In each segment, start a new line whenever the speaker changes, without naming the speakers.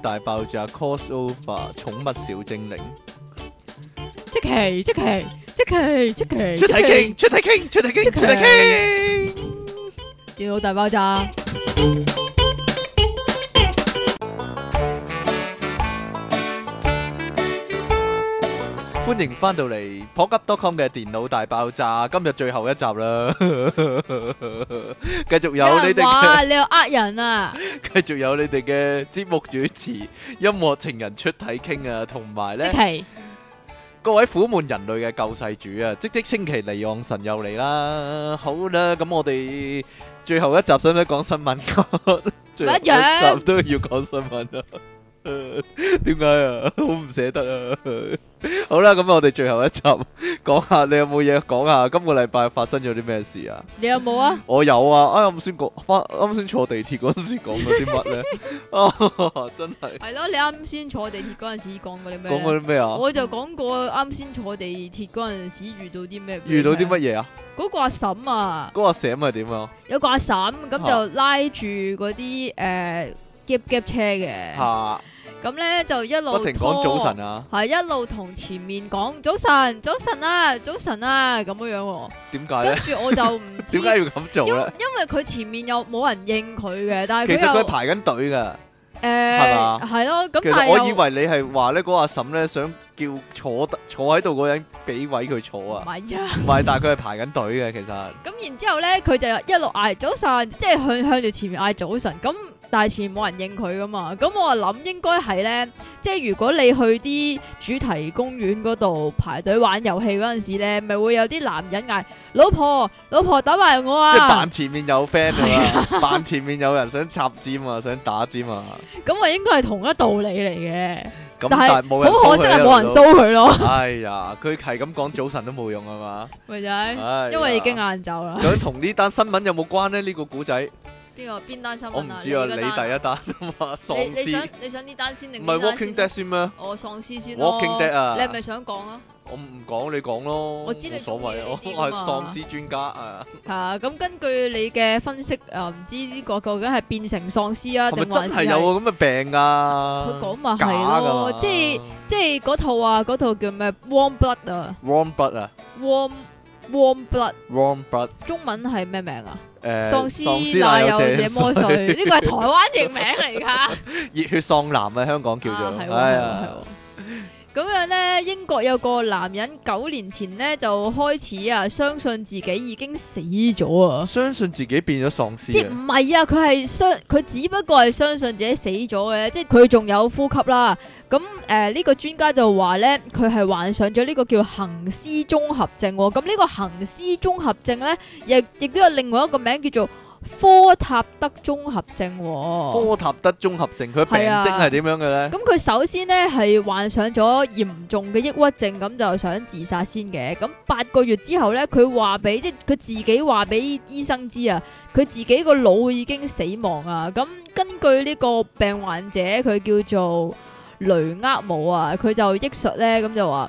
大爆炸 crossover 寵物小精靈，
即期即期即期即期
出體 king，出體 king，出體 king，
即
出體 king。
電腦大爆炸。
歡迎翻到嚟 p o c u p c o m 嘅電腦大爆炸，今日最後一集啦， 繼續有你哋嘅。
哇！你又呃人啊？
繼續有你哋嘅節目主持、音樂情人出體傾啊，同埋
即
咧
期
各位苦悶人類嘅救世主啊，即即星期離岸神又嚟啦。好啦，咁我哋最後一集使唔使講新聞？ 最後一集都要講新聞啊！ 點解啊？好唔捨得啊！好啦，咁我哋最後一集講下，你有冇嘢講下？今個禮拜發生咗啲咩事啊？
你有冇啊？
我有啊！啱啱先講翻，啱先坐地鐵嗰陣時講咗啲乜咧？ 啊，真係
係咯，你啱先坐地鐵嗰陣時講過啲咩
講過
咧？
啲咩啊？
我就講過啱先坐地鐵嗰陣時遇到啲咩？
遇到啲乜？嘢啊？
嗰個阿嬸啊，
嗰個寫咪點啊？
有個阿嬸咁
啊
就拉住嗰啲誒夾夾車嘅，
嚇，
咁咧就一路
不停講
拖
早晨啊，
係一路同前面講早晨、早晨啊、早晨啊咁樣樣
點解
喎，跟
咧？
住我就唔
點
知，因
解要咁做
因
咧？
為佢前面又冇人應佢嘅，但
其
係
實
佢
佢
又
排緊隊㗎。
誒
嘛
係咯，咁
其
但
實
係
我
又
以為你係話咧，嗰個阿嬸咧想叫坐得坐喺度嗰人俾位佢坐
唔
啊，
係啊，
唔係，但係佢係排緊隊嘅其實。
咁然之後咧，佢就一路嗌早晨，即係向向住前面嗌早晨，咁但係前面冇人應佢噶嘛，咁我諗應該係咧，即係如果你去啲主題公園嗰度排隊玩遊戲嗰陣時咧，咪會有啲男人嗌老婆老婆打埋我
即係
啊
扮，前面有 friend 啊嘛，扮前面有人想插尖啊，想打尖啊，
咁啊應該係同一道理嚟嘅。
咁但
但係
係冇人
好可惜係
係
冇人 show 佢咯，
哎呀，佢係咁講早晨都冇用啊
咪
嘛，
仔，
唉
因為已經。啊晏晝啦。
咁同呢單新聞有冇關呢？呢個古仔
邊個邊單新聞
我唔知啊，你
你
第
嗰單
一單啊嘛，喪
你你想
屍
你想呢單先定
唔
呢
係
單
Walking
先
Dead 先咩？
我喪屍先
Walking Dead 啊
你係咪想講啊？
我唔講你講咯，
我知你
冇所謂啊，
中意呢啲㗎
我係喪
嘛
屍專家啊，
係啊，咁根據你嘅分析，啊，唔知呢個究竟係變成喪屍啊，
係咪
定還
真
是
係
係
有個咁嘅病啊？
佢講咪
假
係
㗎
咯
嘛，
即係即係嗰套啊，嗰套叫咩？Warm Blood 啊
Wrong Blood 啊
，Warm Warm Blood，
，Wrong Blood
中文係咩名啊？
誒，
喪
屍
屍那
有
有
這
這魔
水
術，呢個係台灣譯名嚟㗎。
熱血喪男啊，香港叫
啊
做，
係喎
哎
係
呀
喎係喎咁樣呢，英國有個男人九年前呢就開始啊，相信自己已經死咗啊！
相信自己變咗喪
即係
屍
唔
啊！
係啊？佢係相佢只不過係相信自己死咗嘅，即係佢仲有呼吸啦。咁誒呢個專家就話呢，佢係患上咗呢個叫行屍綜合症喎。咁呢個行屍綜合症呢，亦亦都有另外一個名叫做科塔德綜合症喎。
科塔德綜合症，佢病
係啊
徵係點樣嘅咧？
咁佢首先呢係患上咗嚴重嘅抑鬱症，咁就想自殺先嘅。咁八個月之後呢，佢話俾即係佢自己話俾醫生知啊，佢自己個腦已經死亡啊。咁根據呢個病患者，佢叫做雷厄姆啊，佢就憶述呢，咁就話。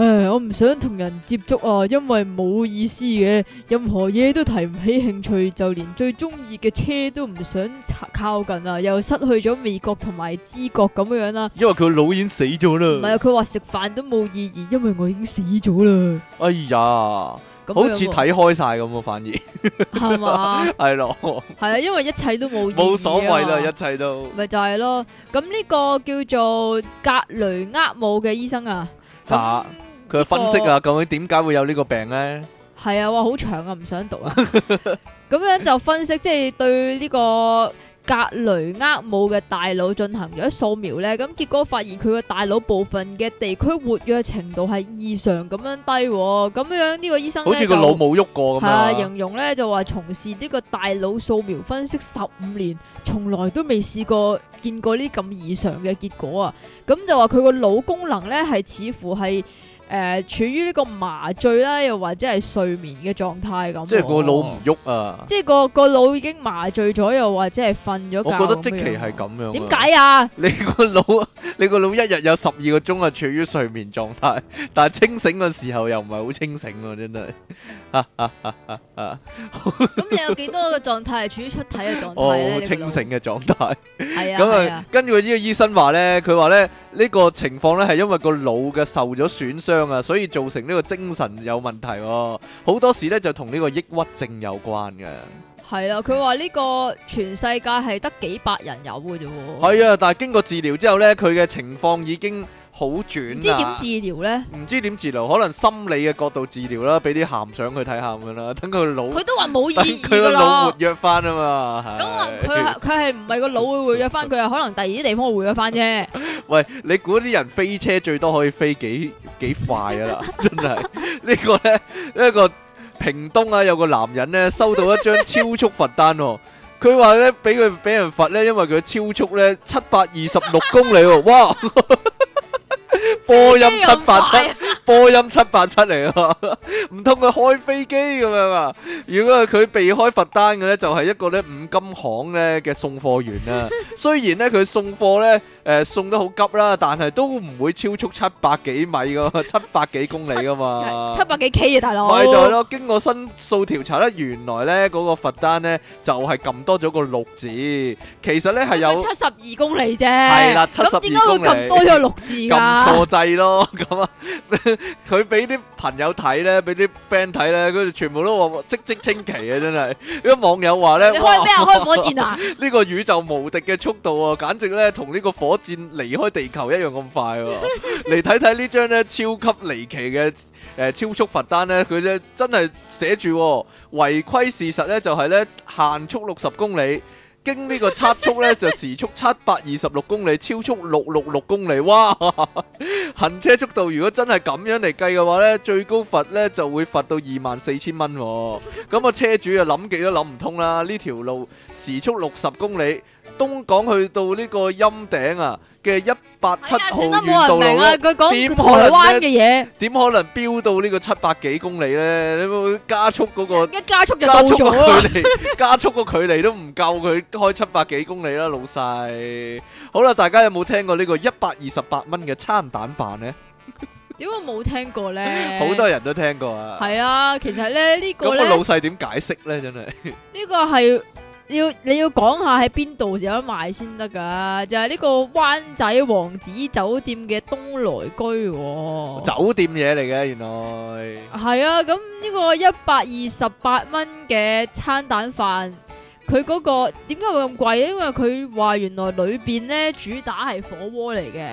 唉，我唔想同人接觸啊，因為冇意思嘅，任何嘢都提唔起興趣，就連最中意嘅車都唔想靠近啊，又失去咗味覺同埋知覺咁樣樣啦。
因為佢腦已經死咗
唔係啊，
啦。
佢話食飯都冇意義，因為我已經死咗啦。
哎呀，
咁
好
樣
似
喎
睇開晒咁啊，反而
係嘛，
係咯，
係啊，因為一切都冇意義啊
冇所謂啦，
嘛
一切都
咪就係咯。咁呢個叫做格雷厄姆嘅醫生啊，咁
啊
呢個
佢分析啊，究竟點解會有呢個病咧？
係啊，哇，好長啊，唔想讀啊。 咁樣就分析，即係對呢個格雷厄姆嘅大腦進行咗掃描咧，咁結果發現佢嘅大腦部分嘅地區活躍程度係異常咁樣低喎，咁樣呢個醫生
好似
咧
個
就
腦冇喐過咁
係啊，
啊！
形容咧就話從事呢個大腦掃描分析十五年，從來都未試過見過呢咁異常嘅結果啊！咁就話佢個腦功能咧係似乎係誒、诶处於呢個麻醉啦，又或者係睡眠嘅狀態咁喎。
即係個腦唔喐啊！
即係個個腦已經麻醉咗，又或者係瞓咗覺
我
咁樣。
覺得即期係咁樣啊。
點解啊？
你個腦， 你個腦一日有十二個鐘啊，處於睡眠狀態， 但係清醒嘅時候又唔係好清醒喎，真係。
咁你有幾多個狀態係處於出體嘅狀
哦，
態咧？
清醒嘅狀 態。
你個腦係啊，
咁
係
啊
啊，，
跟住呢個醫生話咧，佢話咧呢個情況咧係因為個腦嘅受咗損傷啊，所以造成呢個精神有問題喎。好多時咧就同呢個抑鬱症有關嘅。
係啦。佢話呢個全世界係得幾百人有嘅啫喎。
係啊，但係經過治療之後咧，佢嘅情況已經好轉
唔知
啦
點。治療咧？
唔知點治療，可能心理嘅角度治療啦，俾啲鹹相佢睇下咁樣啦，等佢腦
佢都話 冇
等
意義
佢
噶
個腦活
啦。
躍翻啊嘛。
咁話
係
佢係佢係唔係個腦會活躍翻？佢係可能第二啲地方會活躍翻啫。
喂，你估啲人飛車最多可以飛幾幾快噶啦？ 真係呢個咧，一個屏東啊，有個男人咧收到一張超速罰單喎。佢話咧，俾佢俾人罰咧，因為佢超速咧七百二十六公里喎，哇！ 波音七八七， 波音七八七嚟啊！唔通佢開飛機咁樣啊？如果佢避開罰單嘅咧，就係、一個咧五金行咧嘅送貨員 啊。雖然咧佢送貨咧，誒、送得好急啦，但係都唔會超速七百幾米 噶嘛，七百幾公里噶嘛。
七百幾 K 啊，大佬。
咪就係咯，經過申訴調查咧，原來咧嗰、個罰單咧就係、撳多咗個六字，其實咧係有
七十二公里啫，
係啦72
咁點解會咁多咗個六字
撳
㗎？
錯掣咯， 咁啊，佢俾啲朋友睇咧，俾啲 friend 睇咧，佢哋全部都話即即清奇啊，真係！啲網友話咧，
你
哇
開咩啊？開火箭啊？
呢個宇宙無敵嘅速度啊，簡直咧同呢個火箭離開地球一樣咁快喎、嚟睇睇呢張咧超級離奇嘅誒、呃超速罰單咧，佢咧真係寫住、喎，違規事實咧就係、咧限速六十公里。經呢個測速咧就時速七百二十六公里，超速六六六公里，哇！行車速度如果真係咁樣嚟計嘅話咧，最高罰咧就會罰到二萬四千蚊喎。咁個車主啊諗極都諗唔通啦，呢條路時速六十公里，東港去到呢個陰頂啊嘅一八 七
哎呀
號
算
遠道
啦，冇
路
人明
咧
啊！。佢講
點
台灣嘅嘢，
點可能飆到呢個七百幾公里咧？你會加速嗰、個
一加速就到
加速個
咗啊！
距離， 加速個距離都唔夠佢開七百幾公里啦，老細。好啦，大家有冇聽過呢個一百二十八蚊嘅餐蛋飯呢？
點解冇聽過咧？
好多人都聽過啊。
係啊，其實咧呢
咁
個
個
咧
老細點解釋呢？真係
呢個係要你要講下喺邊度有得賣先得㗎，就係呢個灣仔王子酒店嘅東來居喎。
酒店嘢嚟嘅，原來。
系啊，咁呢個一百二十八蚊嘅餐蛋飯，佢嗰、個个點解會咁貴？因為佢話原來裏边咧主打係火鍋嚟嘅，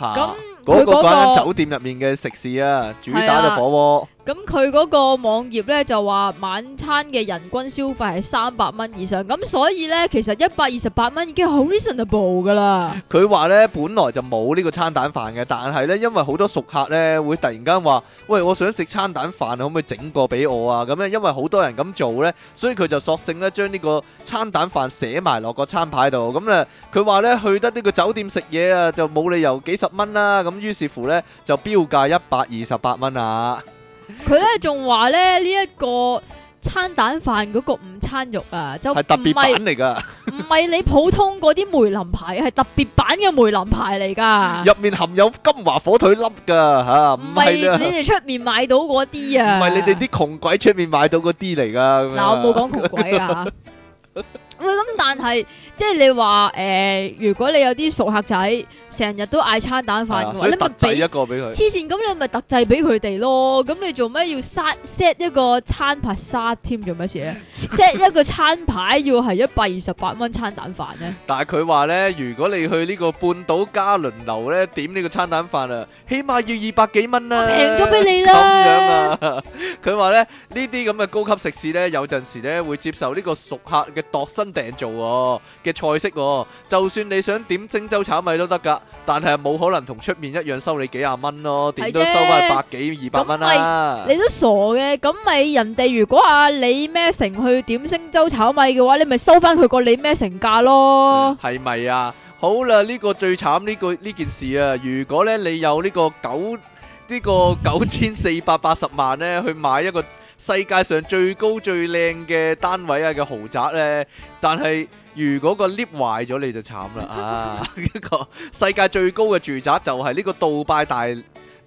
嚇
咁
嗰
佢
個嗰間
嗰
酒店入面嘅食肆啊，主
係
打
啊
就火
個咁佢嗰個網頁咧就話晚餐嘅人均消費係三百蚊以上，咁所以咧其實一百二十八蚊已經好 reasonable 噶啦，
鍋。佢話呢，本來就冇呢個餐蛋飯嘅，但係呢，因為好多熟客呢會突然間話：喂，我想食餐蛋飯，可唔可以整個俾我啊？咁樣因為好多人咁做呢，所以佢就索性呢將呢個餐蛋飯寫埋落個餐牌度。咁咧，佢話呢，去得呢個酒店食嘢啊，就冇理由幾十蚊啦。咁於是乎呢，就標價一百二十八蚊啊。
佢咧仲話咧呢一、個餐蛋飯嗰個午餐肉啊，就唔
係特別版
係
嚟㗎，
唔係你普通嗰啲梅林牌，係特別版嘅梅林牌嚟㗎。
入面含有金華火腿粒㗎吓，
唔
唔係
係
啊
你。哋出面買到嗰
唔
啲啊，
係你哋啲窮鬼出面買到嗰啲嚟噶。咁樣啊
嗱，我冇講窮鬼啊。 咁但係即係你話诶、誒如果你有啲熟客仔成日都嗌餐蛋飯
係啊
嘅話，
所以
你咪
特製一
俾
個俾佢。
黐線，咁你咪特製俾佢哋咯。咁你做咩要 set set 一個餐牌 set 添做乜事 咧？set 一個餐牌要係一百二十八蚊餐蛋飯咧？
但係佢話咧，如果你去呢個半島嘉麟樓咧點呢個餐蛋飯啊，起碼要二百幾蚊啦。
平咗俾你
咁樣
啦，
啊！ 佢話咧呢啲咁嘅高級食肆咧，有陣時咧會接受呢個熟客嘅度身訂造喎嘅菜式喎，就算你想點蒸州炒米都得㗎，但係冇可能同出面一樣收你幾廿蚊咯，點都
係啫
收翻百幾二百蚊啦。
你都傻嘅，咁咪人哋如果啊李咩成去點星洲炒米嘅話，你咪收翻佢個李咩成價咯。
系咪啊啊？好啦，呢、個最慘呢、個呢件事啊！如果咧你有呢個九呢個九千四百八十萬咧去買一個世界上最高最靚嘅單位啊嘅豪宅咧，但係如果個 lift 壞咗你就慘 啦啊！一個世界最高嘅住宅就係呢個杜拜大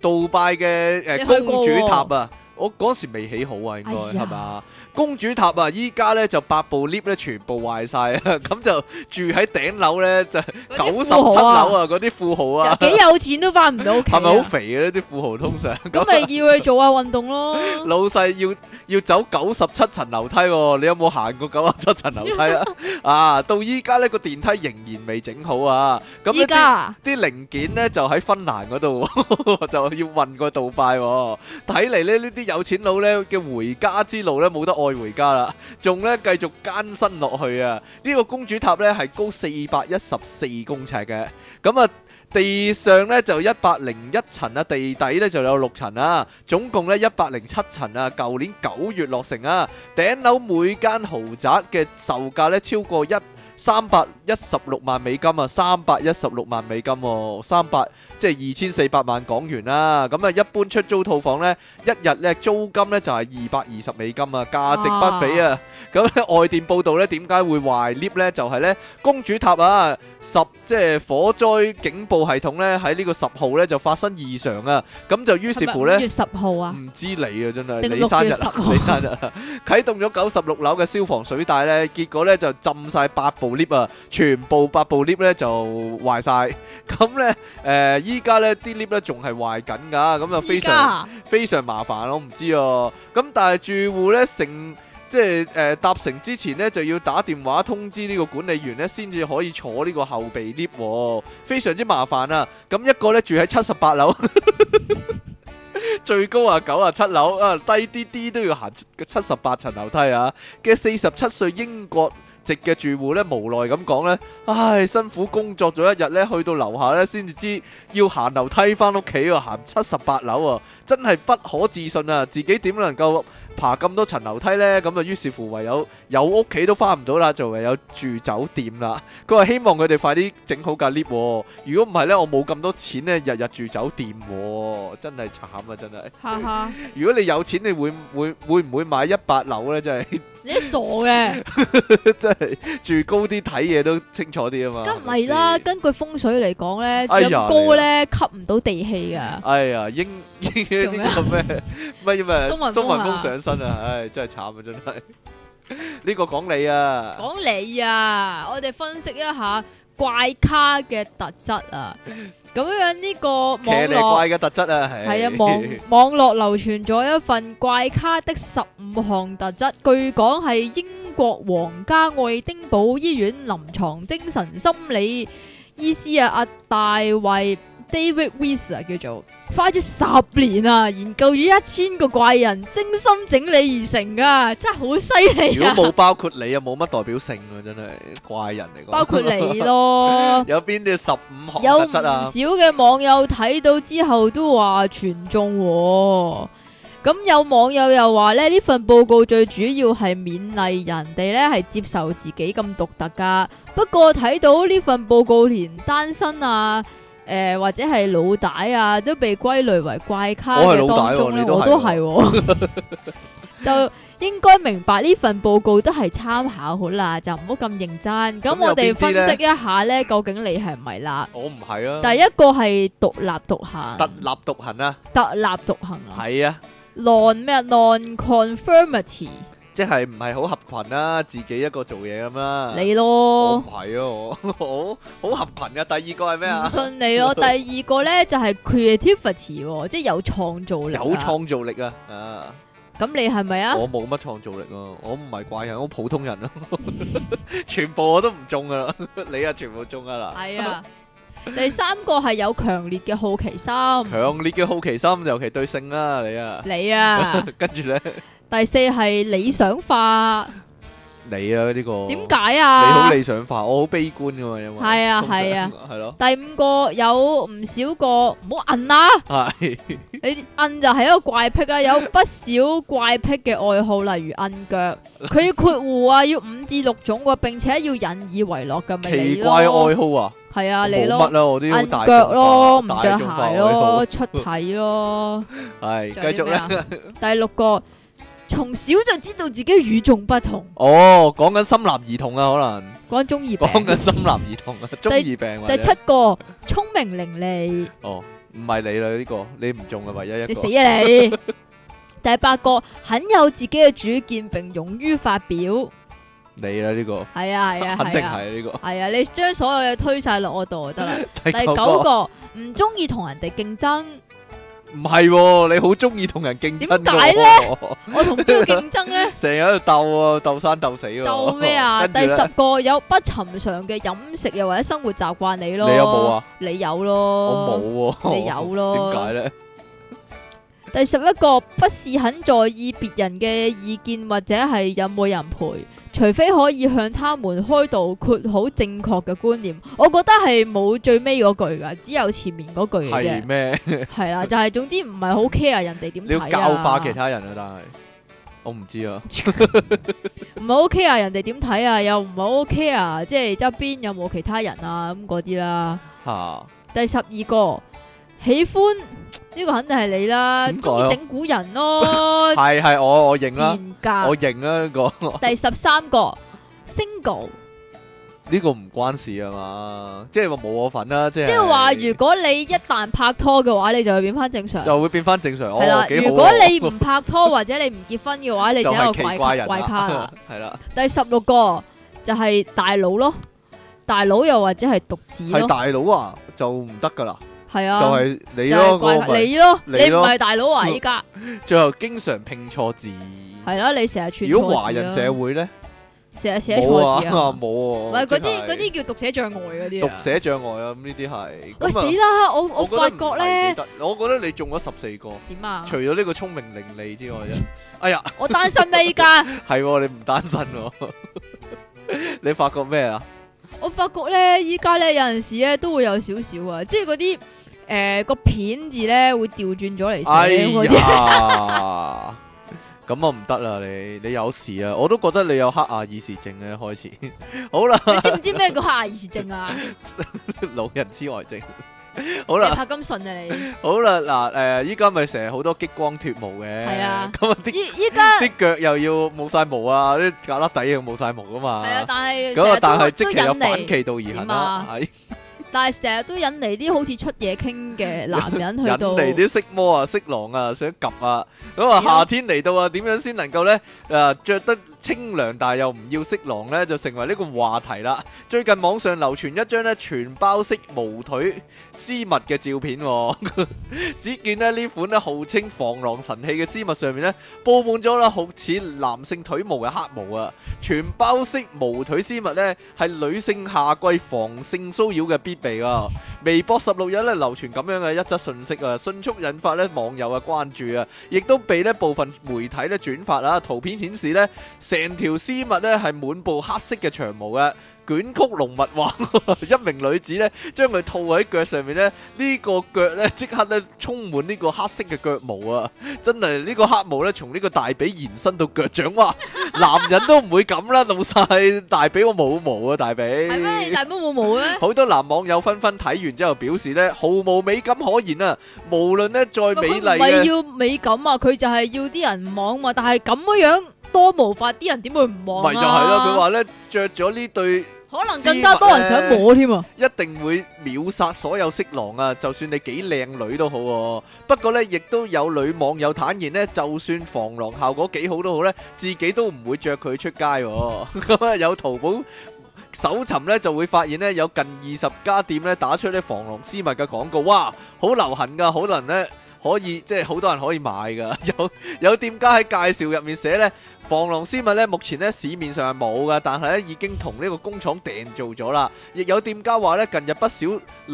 杜拜嘅誒
你去過
公主塔啊！我嗰時未起好啊，應該
哎呀
係嘛？公主塔啊，依家咧就八部 lift 咧全部壞晒啊！ 咁就住喺頂樓咧就九十七樓啊，嗰啲富豪啊，
幾有錢都翻唔到屋企啊，
係咪好肥嘅呢啲富豪通常
咁咪要佢做下運動咯。
老細要要走九十七層樓梯喎，你有冇行過九十七層樓梯啊？啊，到依家呢個電梯仍然未整好啊！ 咁呢
依
啲
家啊
啲零件呢就喺芬蘭嗰度 喎，就要運過杜拜喎。睇嚟呢呢啲有錢佬呢嘅回家之路呢冇得愛回家啦，仲呢繼續艱辛落去啊！呢、個公主塔呢係高四百一十四公尺嘅，咁啊地上呢就一百零一層啊，地底呢就有六層啊，總共呢一百零七層啊。舊年九月落成啊，頂樓每間豪宅嘅售價呢超過一三百一十六萬美金啊，三百一十六萬美金喎、三百即係二千四百萬港元啦、咁啊，一般出租套房呢，一日呢租金呢就係二百二十美金啊，價值不菲啊。咁呢外電報道呢點解會壞 lift 呢？就係、呢公主塔啊，十即係火災警報系統呢，喺呢個十號呢就發生異常啊，咁就於是乎呢
五。月十號啊，
唔知你啊，真係
定
你生日
6月10
啦，
號
你生日啦！啟動咗九十六樓嘅消防水帶呢，結果呢就浸晒八部 lift 啊，全部八部 lift 呢就壞晒。咁呢，誒、依家呢啲 lift 呢仲係壞緊㗎，咁啊非
依家
常
啊
非常麻煩咯，我唔知啊。咁但係住戶呢，成即係誒、呃搭乘之前呢，就要打電話通知呢個管理員呢，先至可以坐呢個後備 lift，喎、非常之麻煩啊！咁一個呢，住喺七十八樓。最高啊九啊七樓啊，低啲啲都要行七十八層樓梯啊！嘅四十七歲英國籍嘅住戶呢，無奈咁講呢：「唉，辛苦工作咗一日呢，去到樓下呢，先至知要行樓梯翻屋企啊，行七十八樓啊，真係不可置信啊！自己點能夠爬咁多層樓梯呢？咁啊，於是乎唯有有屋企都翻唔到啦，就唯有住酒店啦。佢話希望佢哋快啲整好架 lift，喎如果唔係呢，我冇咁多錢呢，日日住酒店，喎，真係慘啊！真係。
哈哈，
如果你有錢，你會會會唔會買一百樓呢？真係
你都傻嘅，
真係住高啲睇嘢都清楚啲啊嘛。
梗唔係啦。
係咪先
根據風水嚟講咧，
哎呀
咁高咧吸唔到地氣啊噶。
哎呀，英 英
做咩
呢
啊
個咩乜
蘇
嘢
文峰啊
咩？蘇文峰上身啊！唉，真係慘啊！真 係呢個講你啊，
講你啊，我哋分析一下怪咖嘅特質啊。咁樣呢個網
騎呢
絡
怪嘅特質啊，
係啊， 網網絡流傳咗一份怪咖的十五項特質，據講係英國皇家愛丁堡醫院臨床精神心理醫師啊，阿大衛 David w i s 啊，叫做花咗十年啊，研究咗一千個怪人，精心整理而成噶，真係好犀利
如
啊！
果冇包括你啊，冇乜代表性啊，真係怪人嚟講。。
包括你 咯
有邊啲十五項
有
特
唔
質啊
少？嘅網友睇到之後都話全中喎，咁有網友又話咧呢份報告最主要係勉勵人哋咧係接受自己咁獨特噶。不過睇到呢份報告連單身啊。誒、或者係老大啊，都被歸類為怪咖
我係
嘅
老大
當中
喎
咧，
你都
我
係
都係喎， 就應該明白呢份報告都係參考好啦，就唔好咁認真。咁
咁
我哋
有邊
分
啲呢
析一下咧，究竟你係唔係啦？
我唔係啊，
第一個係獨立獨行，
特立獨行啊，
特立獨行啊
係啊。
，non 咩啊，non-conformity
即係唔係好合群啦，自己一個做嘢咁啦。
你
我
咯
唔，係啊，我好好合群啊。第二個係咩
唔
啊？
信你 咯。第二個咧就係 creativity，喎即係有創造力啊。
有創哦造力啊！啊，
咁你係咪啊？
我冇乜創造力啊，我唔係怪人，我普通人咯， 全部我都唔中噶啦，你啊全部中噶啦。
係啊。第三個係有強烈嘅好奇心，
強烈嘅好奇心，尤其對性啦，你啊，
你啊。
跟住咧，
第四係理想化，
你啊呢個，
點解
你好
啊？
理想化，我好悲觀噶嘛，因為
係啊
通常
係啊，
係咯，
第五個有唔少個，唔好摁啊啦。
係
你摁就係一個怪癖啦，有不少怪癖嘅愛好，例如摁腳，佢括弧啊要五至六種喎，並且要引以為樂嘅咪你
奇
咯
怪愛好啊，
係啊，你
冇
咯
乜，啦，我啲好
摁
大
腳咯，唔
眾化
着
大眾化
鞋
愛好
咯，出體咯，
係，
仲有啲
繼續
咩
啦。
啊第六個，從小就知道自己與眾不同，
哦，講緊心藍兒童啊，
講中二
可能講緊
病。
心藍兒童啊，中二病或者
第七個，聰明伶俐。
哦，唔係你啦呢個，你唔中啊，唯一一
你死
個。
啊你！第八個很有自己嘅主見，並勇於發表，
你啦呢個，
係啊係啊
肯定
係啊
係呢個。
係啊！你將所有嘢推晒落我度就得啦。
第
第
九
九
個
個唔中意同人哋競 爭，
唔係喎，你好中意同人競爭㗎喎。
點解
咧？
我同邊個競爭呢？
成日喺度鬥啊，鬥生鬥死喎。
鬥咩啊？
跟住
第
呢
十個有不尋常嘅飲食又或者生活習慣你咯，
你有冇？啊？
你有咯，
我冇喎。
你有咯
點解咧？
第十一個不是很在意別人嘅意見或者係有冇人陪，除非可以向他們開導括好正確嘅觀念。我覺得係冇最尾嗰句噶，只有前面嗰句嘅
係
啫。啊
咩？
係啦，就係、總之唔係好 care 人哋點
嗯你
睇
要
啊。
教化其他人啊，但係我唔知啊。
唔係好 care 人哋點睇啊，又唔係好 care 即係側邊有冇其他人啊咁嗰啲啦。
吓，
第十二個喜歡呢、個肯定係你啦，
點解啊
中意整蠱人 咯，
係係我我認啦，
賤啊格。
我認啦呢個
第十三個 single，
呢個唔關事啊嘛，即係話冇我份啦，即係
即係話如果你一旦拍拖嘅話，你就會變翻正常。
就會變翻正常。
係
哦
啦，，
幾好
如果
喎
你唔拍拖或者你唔結婚嘅話，你
就
就
係
係一個
奇怪
怪怪
人啊
咖啦。，
係啦，
第十六個就係大佬咯，大佬又或者係獨子
係
咯，
大佬啊，就唔得噶啦，
係
就
啊，
係你
就
咯，
係怪
嗰個
咖
咪
你咯，
你
你唔
咯
係大佬啊，
嗯
依家
最後經常拼錯字。
係啦，你成日
嗯
串
如果華
錯字
人
啊
社會咧，
成日寫
冇
錯字
啊，
啊，
冇
唔
啊，
係嗰
即
啲
係
嗰啲叫讀寫障礙嗰啲啊
讀。寫障礙啊，咁呢啲係。
喂死
咁啊
啦！我我
覺得
發
唔
覺
係
咧
幾得，我覺得你中咗十四個。
點啊？
除 咗呢個聰明伶俐之 外啫，哎呀，
我單身咩依家？
係喎，你唔單身喎， 你發覺咩啊？
我發覺咧，依家咧有陣時咧都會有少少啊，即係嗰啲誒個片字咧會調轉咗嚟
哎
寫嗰啲，
呀，咁啊唔得啦，你你有事啊，我都覺得你有黑亞耳視症咧開始。 好啦，
你知唔知咩叫黑眼耳症啊？
老人痴呆症。好
你
啦，
拍金信啊你！
好啦，嗱，誒，依家咪成日好多激光脱毛嘅，
係啊
咁啊啲
依依家係
啲腳又要冇晒毛啊，啲架旯底又冇晒毛噶
啊，
嘛。
但 係
咁啊，但
成
係
日
即
都都
期
引
有反
嚟，
其道而行
點
啦
啊，
係。
但係成日都引嚟啲好似出嘢傾嘅男人去
引
到
嚟啲色魔啊、色狼啊，想及啊。咁啊，
係咯
夏天嚟到啊，點樣先能夠呢？誒、着得清涼，但係又唔要色狼呢，就成為呢個話題啦。最近網上流傳一張呢全包式無腿絲襪嘅照片、喎。 只見呢呢款呢號稱防狼神器嘅絲襪上面呢，佈滿咗啦好似男性腿毛嘅黑毛啊。全包式無腿絲襪呢，係女性夏季防性騷擾嘅必備啊。微博十六日咧流傳咁樣嘅一則信息啊，迅速引發咧網友嘅關注啊， 亦都被咧部分媒體咧轉發啊。圖片顯示咧，成條絲襪咧係滿布黑色嘅長毛嘅。捲曲龍脈話，一名女子咧將佢套喺腳上面咧，呢、個腳咧即刻咧充滿呢個黑色嘅腳毛啊！真係呢個黑毛咧從呢個大髀延伸到腳掌，哇！ 男人都唔會咁啦，老細大髀我冇毛啊，大髀。
係咩？你大波冇冇咧？
好多男網友紛紛睇完之後表示咧，毫無美感可言啊！無論咧再
佢
美
唔
麗
係
嘅，
要美感啊，佢就係要啲人唔望嘛。但係咁樣多毛髮，啲人點會唔望
咪就係咯。佢話咧着咗呢對
可能更加多人想摸添啊！
一定會秒殺所有色狼啊！就算你幾靚女都好喎、不過呢，亦都有女網友坦言呢，就算防狼效果幾好都好呢， 自己都唔會着佢出街喎、咁啊，有淘寶。搜尋呢就會發現呢，有近二十家店呢打出呢防狼絲襪嘅廣告，哇，好流行噶，可能呢可以即係好多人可以買噶。有有店家喺介紹入面寫呢，防狼絲襪呢目前呢市面上係冇噶，但係呢已經同呢個工廠訂做咗啦。亦有店家話咧，近日不少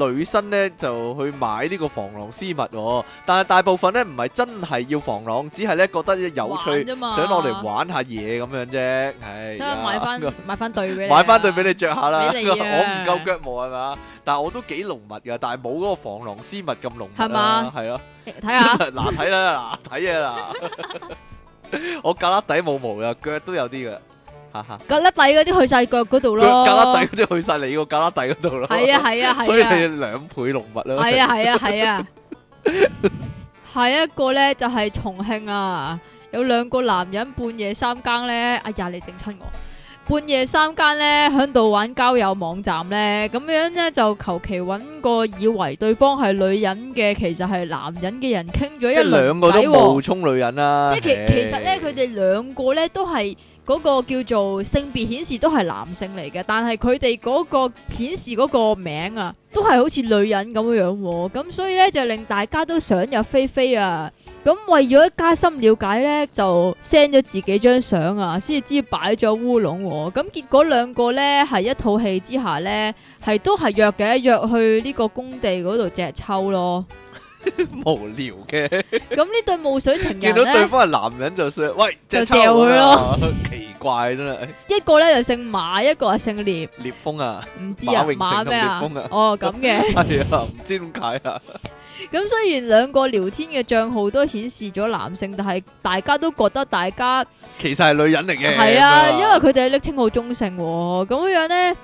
女生咧就去買呢個防狼絲襪、喎，但係大部分咧唔係真係要防狼，只係咧覺得有
玩
趣，
啫嘛，
想落嚟玩下嘢咁樣啫。唉，
所以啊 買翻買翻對俾你啊，
買翻對俾你着下 啦。我
俾
唔
你啊
夠腳毛係嘛，但係我都幾濃密噶，但係冇嗰個防狼絲襪咁濃密
係嘛哎
啦，係咯。
睇 下
嗱睇啊 啦，嗱睇嘢啦，我胳肋底冇毛噶，腳都有啲噶，哈哈
格甩底嗰啲去晒腳嗰度
腳
咯。
格拉底嗰啲去晒你個格拉底嗰度咯。
係啊係啊
所以
係啊。
你兩倍龍物啦。
係啊係啊係啊。下一個咧就係重慶啊，有兩個男人半夜三更咧，哎呀你整親我。半夜三更咧，喺度玩交友網站咧，咁樣咧就求其揾個以為對方係女人嘅，其實係男人嘅人傾咗一
即係兩
輪
個都
偈喎
冒充女人啦。
即係其其實咧，
唉
佢哋兩個咧都係嗰個叫做性別顯示都係男性嚟嘅，但係佢哋嗰個顯示嗰個名啊，都係好似女人咁樣樣喎。咁所以咧就令大家都想入非非啊。咁為咗加深了解咧，就 send 咗自己張相啊，先至知擺咗烏龍喎。咁結果兩個咧係一套戲之下咧，係都係約嘅，約去呢個工地嗰度隻抽咯。
無聊嘅。
咁呢對霧水 情
見
人
到對
咧。
方係男人就想喂，
就
隻抽
掉佢
啊， 奇怪真係
一個咧就姓馬，一個係啊姓聶，
烈風啊，
唔知啊
馬榮成
馬
同
咩啊
烈風啊？
哦咁 嘅，
係啊，唔知點解啊，
咁雖然兩個聊天嘅帳號都顯示咗男性，但係大家都覺得大家
其實係女人嚟嘅。
係啊，
咁
因為佢哋昵稱好中性喎，咁樣咧。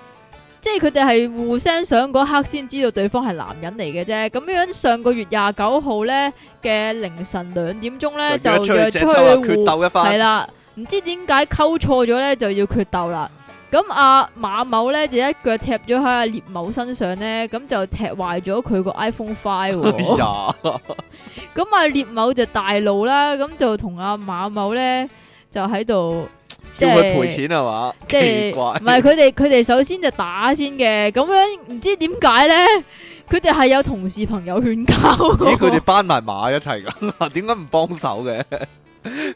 即係佢哋係互相上嗰刻先知道對方係男人嚟嘅啫，咁樣上個月廿九號咧嘅凌晨兩點鐘咧
就約
就
出去
約
隻
出
抽啊，
去
決
互
鬥一
係
番。
啦，唔知點解溝錯咗咧，就要決鬥啦。咁阿、馬某咧就一腳踢咗喺阿聂某身上咧，咁就踢壞咗佢個 iPhone Five
哎
喎。
呀，
咁阿聂某就大怒啦，咁就同阿、馬某咧就喺度即
叫佢賠
係
錢係嘛？
即係
奇
唔
怪，
係佢哋佢哋首先就打先嘅，咁樣唔知點解咧，佢哋係有同事朋友勸交
咦？
喎。
佢哋班埋馬一齊㗎， 點解唔幫手嘅？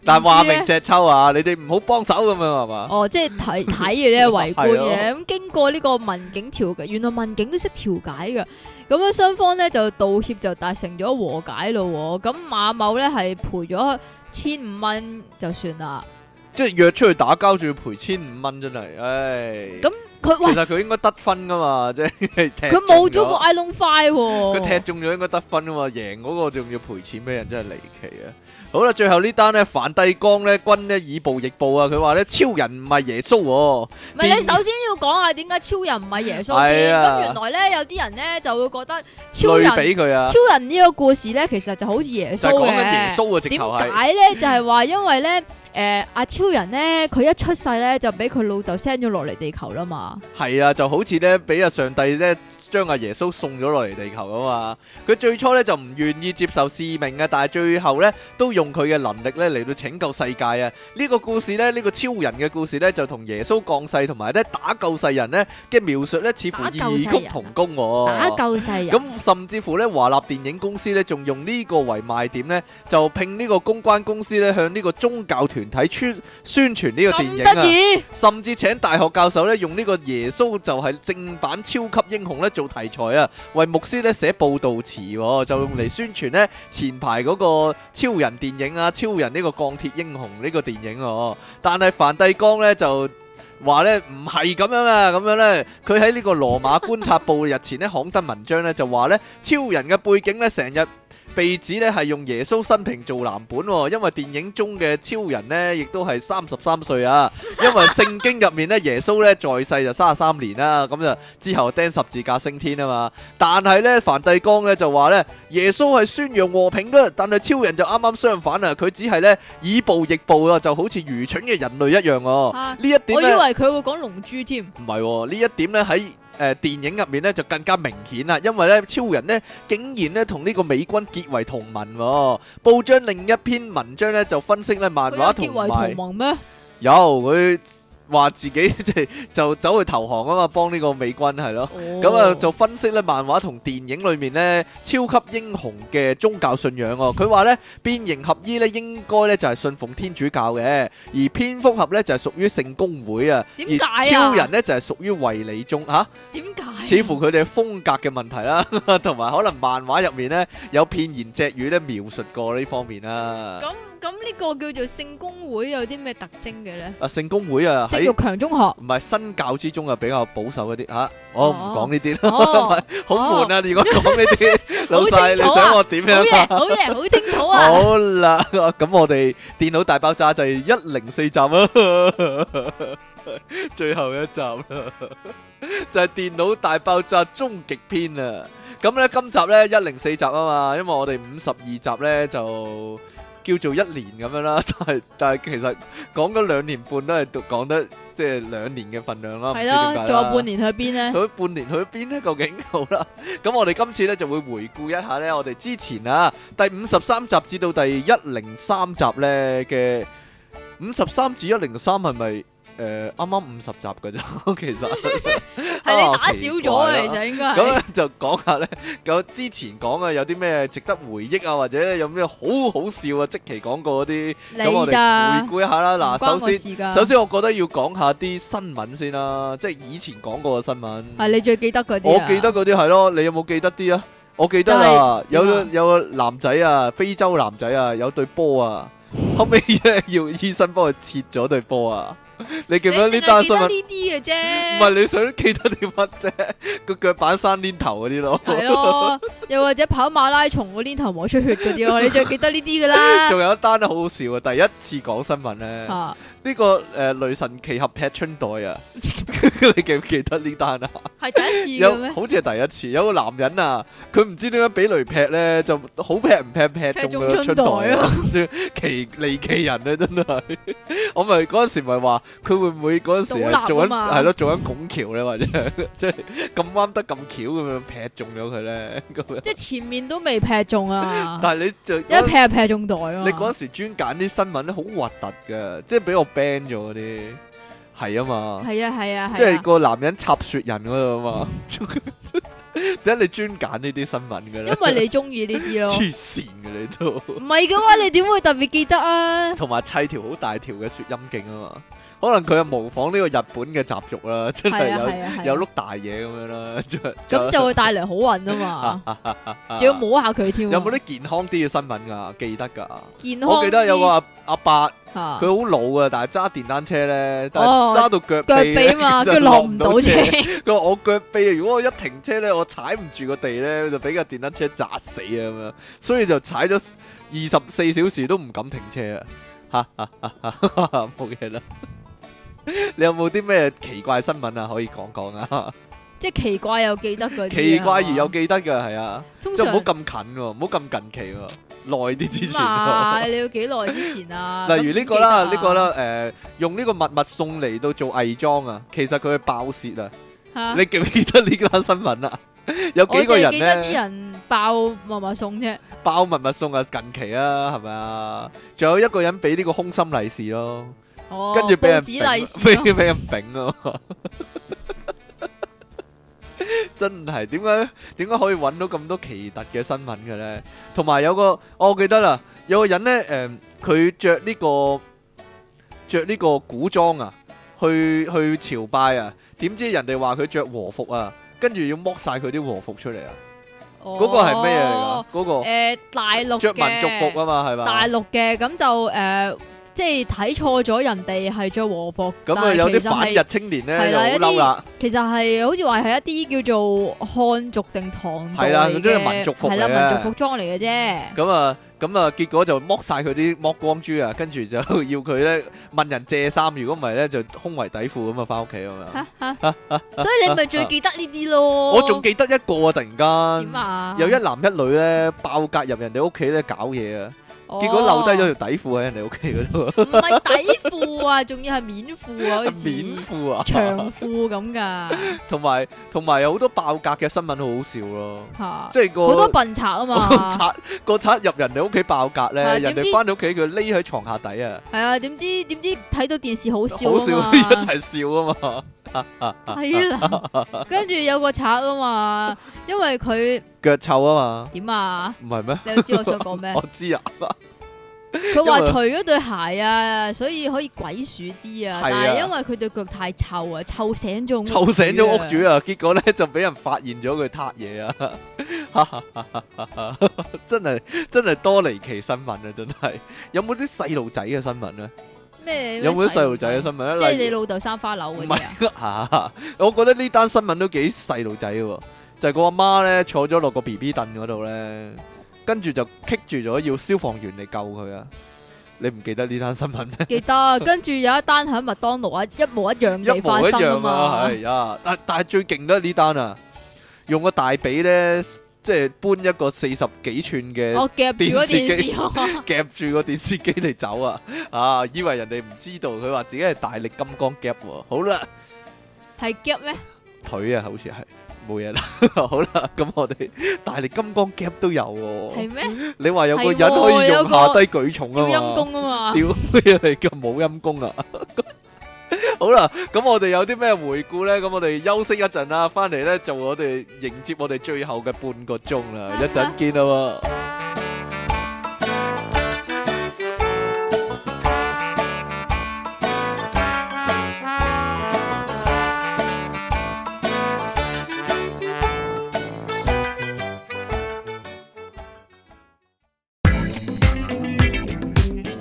但話明隻抽啊，你哋唔好幫手咁樣 係啊嘛？
哦，即係睇睇嘅啫，圍觀
係
嘅。咁經過呢個民警調解，原來民警都識調解嘅。咁樣雙方咧就道歉就達成咗和解咯喎。咁馬某咧係賠咗千五蚊就算啦。
即係約出去打交仲要賠千五蚊，真係，唉。
咁佢
其
喂，
實佢應該得分㗎嘛，即係踢
佢冇咗
中
個 iPhone Five
佢踢
喎。
中咗應該得分啊嘛，贏嗰個仲要賠錢俾人，真係離奇啊！好啦，最後呢單呢，梵蒂岡呢軍呢以暴易暴啊！佢話呢，超人唔係耶穌喎、
唔係你首先要講下點解超人唔係耶穌
係
先。
啊
咁原來咧有啲人咧就會覺得超
類
人
比佢啊，
超人呢個故事咧其實就好似耶
就
穌
係講緊耶
嘅。
穌啊，直
點
頭係
解咧？就係話因為咧，诶、阿超人咧，佢一出世咧就俾佢老豆 send 咗落嚟地球啦嘛。
係啊，就好似呢，俾阿上帝呢將阿耶穌送咗落嚟地球啊嘛。佢最初呢就唔願意接受使命啊，但係最後呢都用佢嘅能力呢嚟到拯救世界啊。呢個故事呢，呢、個超人嘅故事呢，就同耶穌降世同埋呢打救世人呢嘅描述呢，似乎
打救
異
世人啊
曲同工喎、
打救世人，
咁甚至乎咧，華納電影公司咧，仲用呢個為賣點咧，就聘呢個公關公司咧，向呢個宗教團體宣宣傳呢個電
咁
影
得
啊，
意，
甚至請大學教授咧，用呢個耶穌就係正版超級英雄咧做題材啊，為牧師咧寫報導詞喎，就用嚟宣傳咧前排嗰個超人電影啊，超人呢個鋼鐵英雄呢個電影哦，但係梵蒂岡咧就。話咧唔係咁樣啊，咁樣咧，佢喺呢個羅馬觀察報日前咧刊登文章咧就話咧，超人嘅背景咧成日被指咧係用耶穌生平做藍本、喎，因為電影中嘅超人咧亦都係三十三歲啊，因為聖經入面咧耶穌咧在世就三十三年啦，咁就之後釘十字架升天啊嘛，但係咧梵蒂岡咧就話咧耶穌係宣揚和平嘅，但係超人就啱啱相反啊，佢只係咧以暴易暴啊，就好似愚蠢嘅人類一樣喎、
啊
呢一點
我以
咧，
為佢會講龍珠添。
唔係喎，呢一點咧喺誒電影入面咧就更加明顯啦，因為咧超人咧竟然咧同呢個美軍結為同盟喎。報章另一篇文章咧就分析咧漫
佢有
畫
結
同
為
埋
同盟咩？
有佢話自己即係就走去投降啊嘛，幫呢個美軍係咯。 咁啊就分析咧漫畫同電影裏面咧超級英雄嘅宗教信仰喎。佢話咧變形合衣咧應該咧就係信奉天主教嘅，而蝙蝠俠咧就係屬於聖公會啊。
點
而
解啊？
超人咧就係屬於衛理宗嚇。
點解？
似乎佢哋風格嘅問題啦，同埋可能漫畫入面咧有片言隻語咧描述過呢方面啦。
咁咁呢個叫做聖公會有啲咩特徵嘅咧？
啊，聖公會啊，
性
喺
欲 強中學，
唔係新教之中啊，比較保守一啲吓。我唔
哦
講呢啲啦，
哦，
好悶啊！如果講呢 啲，老
好清楚啊
細你想我點
好
樣
嘢，
啊？
好嘢，好清楚啊！
好啦，咁我哋電腦大爆炸就係一零四 集啊，最後一集 啦，就係電腦大爆炸終極篇啊！咁咧今集咧一零四集啊嘛，因為我哋五十二集咧就叫做一年咁樣 啦，但係但係其實講咗兩年半都係讀講得即係兩年嘅份量啦，唔知
係
點解
咯，
啦
仲有半年去邊 咧？
佢半年去邊呢？究竟好啦，咁我哋今次呢就會回顧一下呢，我哋之前啊第五十三集至到第一零三集呢嘅五十三至一零三係咪誒啱啱五十集嘅啫？ 其實
係你
啊
打少
奇
咗
怪啦
啊，其實應該
咁
係
咧就講下呢，有之前講嘅有啲咩值得回憶啊，或者有咩好好笑啊，即期講過嗰啲，咁我
你咋
哋？回顧一下啦。
唔關
嗱，
我
首
事啊
先
㗎
首先我覺得要講下啲新聞先啦，即係以前講過嘅新聞。
係你最記得嗰啲
我
啊
記得嗰啲係咯，你有冇記得啲啊？我記得啊，
就係
有個
點啊
有個男仔啊，非洲男仔啊，有對波啊，後尾咧要醫生幫佢切咗對波啊。你記唔記得呢
你淨
單
係記
新聞？
得呢啲嘅
唔
啫，
係你想記得啲乜啫？個腳板生黏頭嗰啲咯，
係啊咯，又或者跑馬拉松嗰啲頭磨出血 嗰啲咯，你最記得呢啲噶啦。
仲有一單都好好笑啊！第一次講新聞咧，呢、
啊，
個誒、呃雷神奇俠劈春袋啊， 你記唔記得呢單啊？
係第一次
有
嘅咩？
好似係第一次，有個男人啊，佢唔知點解俾雷劈咧，就好劈唔劈劈
劈
中
中
咗春
春
袋
袋
啊
啊！
奇離奇人啊，真係！我咪嗰陣時咪話佢會唔會嗰陣時係
倒立啊
做緊
嘛
係咯做緊拱橋咧，或者 即係咁啱得咁巧咁樣劈中咗佢咧咁樣。
即係前面都未劈中啊，
但係你就
一劈就劈中袋啊嘛。
你嗰陣時專揀啲新聞咧，好核突嘅，即係俾我 ban 咗嗰啲係啊嘛。
係啊係啊
即係
係啊，
個男人插雪人嗰度啊嘛， 點解你專揀呢啲新聞嘅咧？
因為你中意呢啲咯。
啊黐線嘅你都，
唔係嘅話，你點會特別記得啊？
同埋砌條好大條嘅雪陰莖啊嘛，可能佢係模仿呢個日本嘅習俗啦，真係
係啊
有
係啊係
有
啊。
碌大嘢咁樣啦，
咁就會帶嚟好運啊嘛，仲要摸下佢添啊。
有冇啲健康啲嘅新聞噶？記得噶，
健康啲？
我記得有個阿阿
啊
伯，
嚇
佢好老啊，但係揸電單車咧，但
哦
係揸到腳
腳
臂咧
臂 嘛，
就
佢落唔到車，
佢話我腳臂，如果我一停車咧，我踩唔住個地咧，就俾架電單車砸死啊咁樣，所以就踩咗二十四小時都唔敢停車啊！ 哈哈哈哈冇嘢啦。 你有冇啲咩奇怪新聞啊？可以講講啊！
即係奇怪又記得嗰啲啊。
奇怪而又
係嘛
記得嘅係啊，
通
即係唔好
常
咁近喎，唔好咁近期喎，耐啲之前
咁啊，
喎。
你要幾耐之前 啊？
例如呢個啦，
咁
呢個啦，誒，用呢個密密送嚟到做偽裝啊，其實佢係爆竊啊！
點記得啊，嚇
你記唔記得呢單新聞 啊？有幾個
我淨係
人
記得啲
咧
人爆密密送啫，
包密密送啊，近期啊，係咪啊？仲有一個人俾呢個空心利是咯，
哦，
跟住俾人
報紙利是
俾
咯
俾人丙啊！真係點解點解可以揾到咁多奇特嘅新聞嘅咧？同埋有個、哦我記得啦，有個人咧誒，嗯佢着呢個着呢個古裝啊，去去朝拜啊，點知人哋話佢着和服啊，跟住要剝晒佢啲和服出嚟啊！嗰個係咩嘢嚟
哦
㗎？嗰個
誒，大陸
着民族服
啊，
啊嘛，係嘛？
大陸嘅咁就誒，即係睇錯咗人哋係着和服，
咁啊，
但係
有
其
啲
實
反
係
日青年咧
係
就
啦
好
一啲
嬲啦，
其實係好似話係一啲叫做漢族定唐代
係啦
嘅
總之係民族服嚟
係啦，
嘅
民族服裝嚟嘅啫。
咁啊，咁啊，結果就剝晒佢啲 剝光珠啊，跟住就 要佢咧問人借衫，如果唔係咧就胸圍底褲咁啊，翻屋企咁 樣。
所以你咪最記得呢啲咯。
我仲記得一個啊，突然
點
間
啊？
有一男一女咧爆格入人哋屋企咧搞嘢啊，
哦，
結果留低咗條底褲喺人哋屋企嗰度，
唔係底褲啊，仲要係棉褲啊，好似
棉褲啊，
長褲咁噶
同埋同埋有好多爆格嘅新聞好好笑咯，
吓，
即係個
好多笨賊啊嘛，
賊 個賊入人哋屋企爆格咧，
係
人
點
哋
知
翻到屋企佢匿喺床下底啊，
係啊，點知點知睇到電視好笑
好笑
啊
一
嘛，
齊笑啊嘛，
係啦， 跟住有個賊啊嘛，因為佢
腳臭啊
點啊？
嘛，唔係咩？
你又知我想講咩
我？知啊，
佢話
因為
除咗對鞋啊，所以可以鬼鼠啲啊，
係啊
但係因為佢對腳太臭啊，臭醒咗屋主啊
臭醒咗屋主啊，結果咧就俾人發現咗佢撻嘢啊， 真係真係多離奇新聞啊！真係有冇啲細路仔嘅新聞咧？
咩？
有冇啲細路仔嘅
即
新聞咧？
係
例
你
如
老豆生花柳嗰
唔
啲啊？
係啊！ 我覺得呢單新聞都幾細路仔嘅喎，就係個阿媽咧坐咗落個 B B 凳嗰度咧，跟住就棘住咗，要消防員嚟救佢啊！你唔記得呢單新聞咩？
記得，跟住有一單喺麥當勞啊，一模一樣地
一
發
模一
生啊
樣啊，
嘛。
係啊！但但係最勁都係呢單啊，用個大髀咧，即係搬一個四十幾寸嘅。
我夾住嗰
電視
電
機
視啊嘛，
夾住個電視機嚟走啊！啊，以為人哋唔知道，佢話自己係大力金剛夾喎。好啦，
係夾咩？
腿啊，好似係冇嘢啦。 好啦，咁我哋大力金剛夾都有喎。
係咩？
你話有個
係
人
喎
可以
有
用
個
下低舉重
叫
哦啊
陰
嘛？
公啊嘛。
屌咩嚟㗎？冇陰功啊！ 好啦，咁我哋有啲咩回顧咧？咁我哋休息一陣啦，翻嚟咧就我哋迎接我哋最後嘅半個鐘啦，一陣見啊啦喎。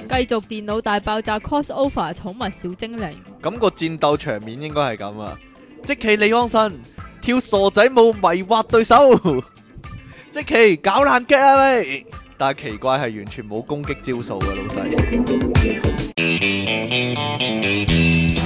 繼續電腦大爆炸 crossover 寵物小精靈，
咁個戰鬥場面應該係咁啊！即其李安臣跳傻仔舞迷惑對手，即其搞爛 g 啊喂！但係奇怪係完全冇攻擊招數嘅老細。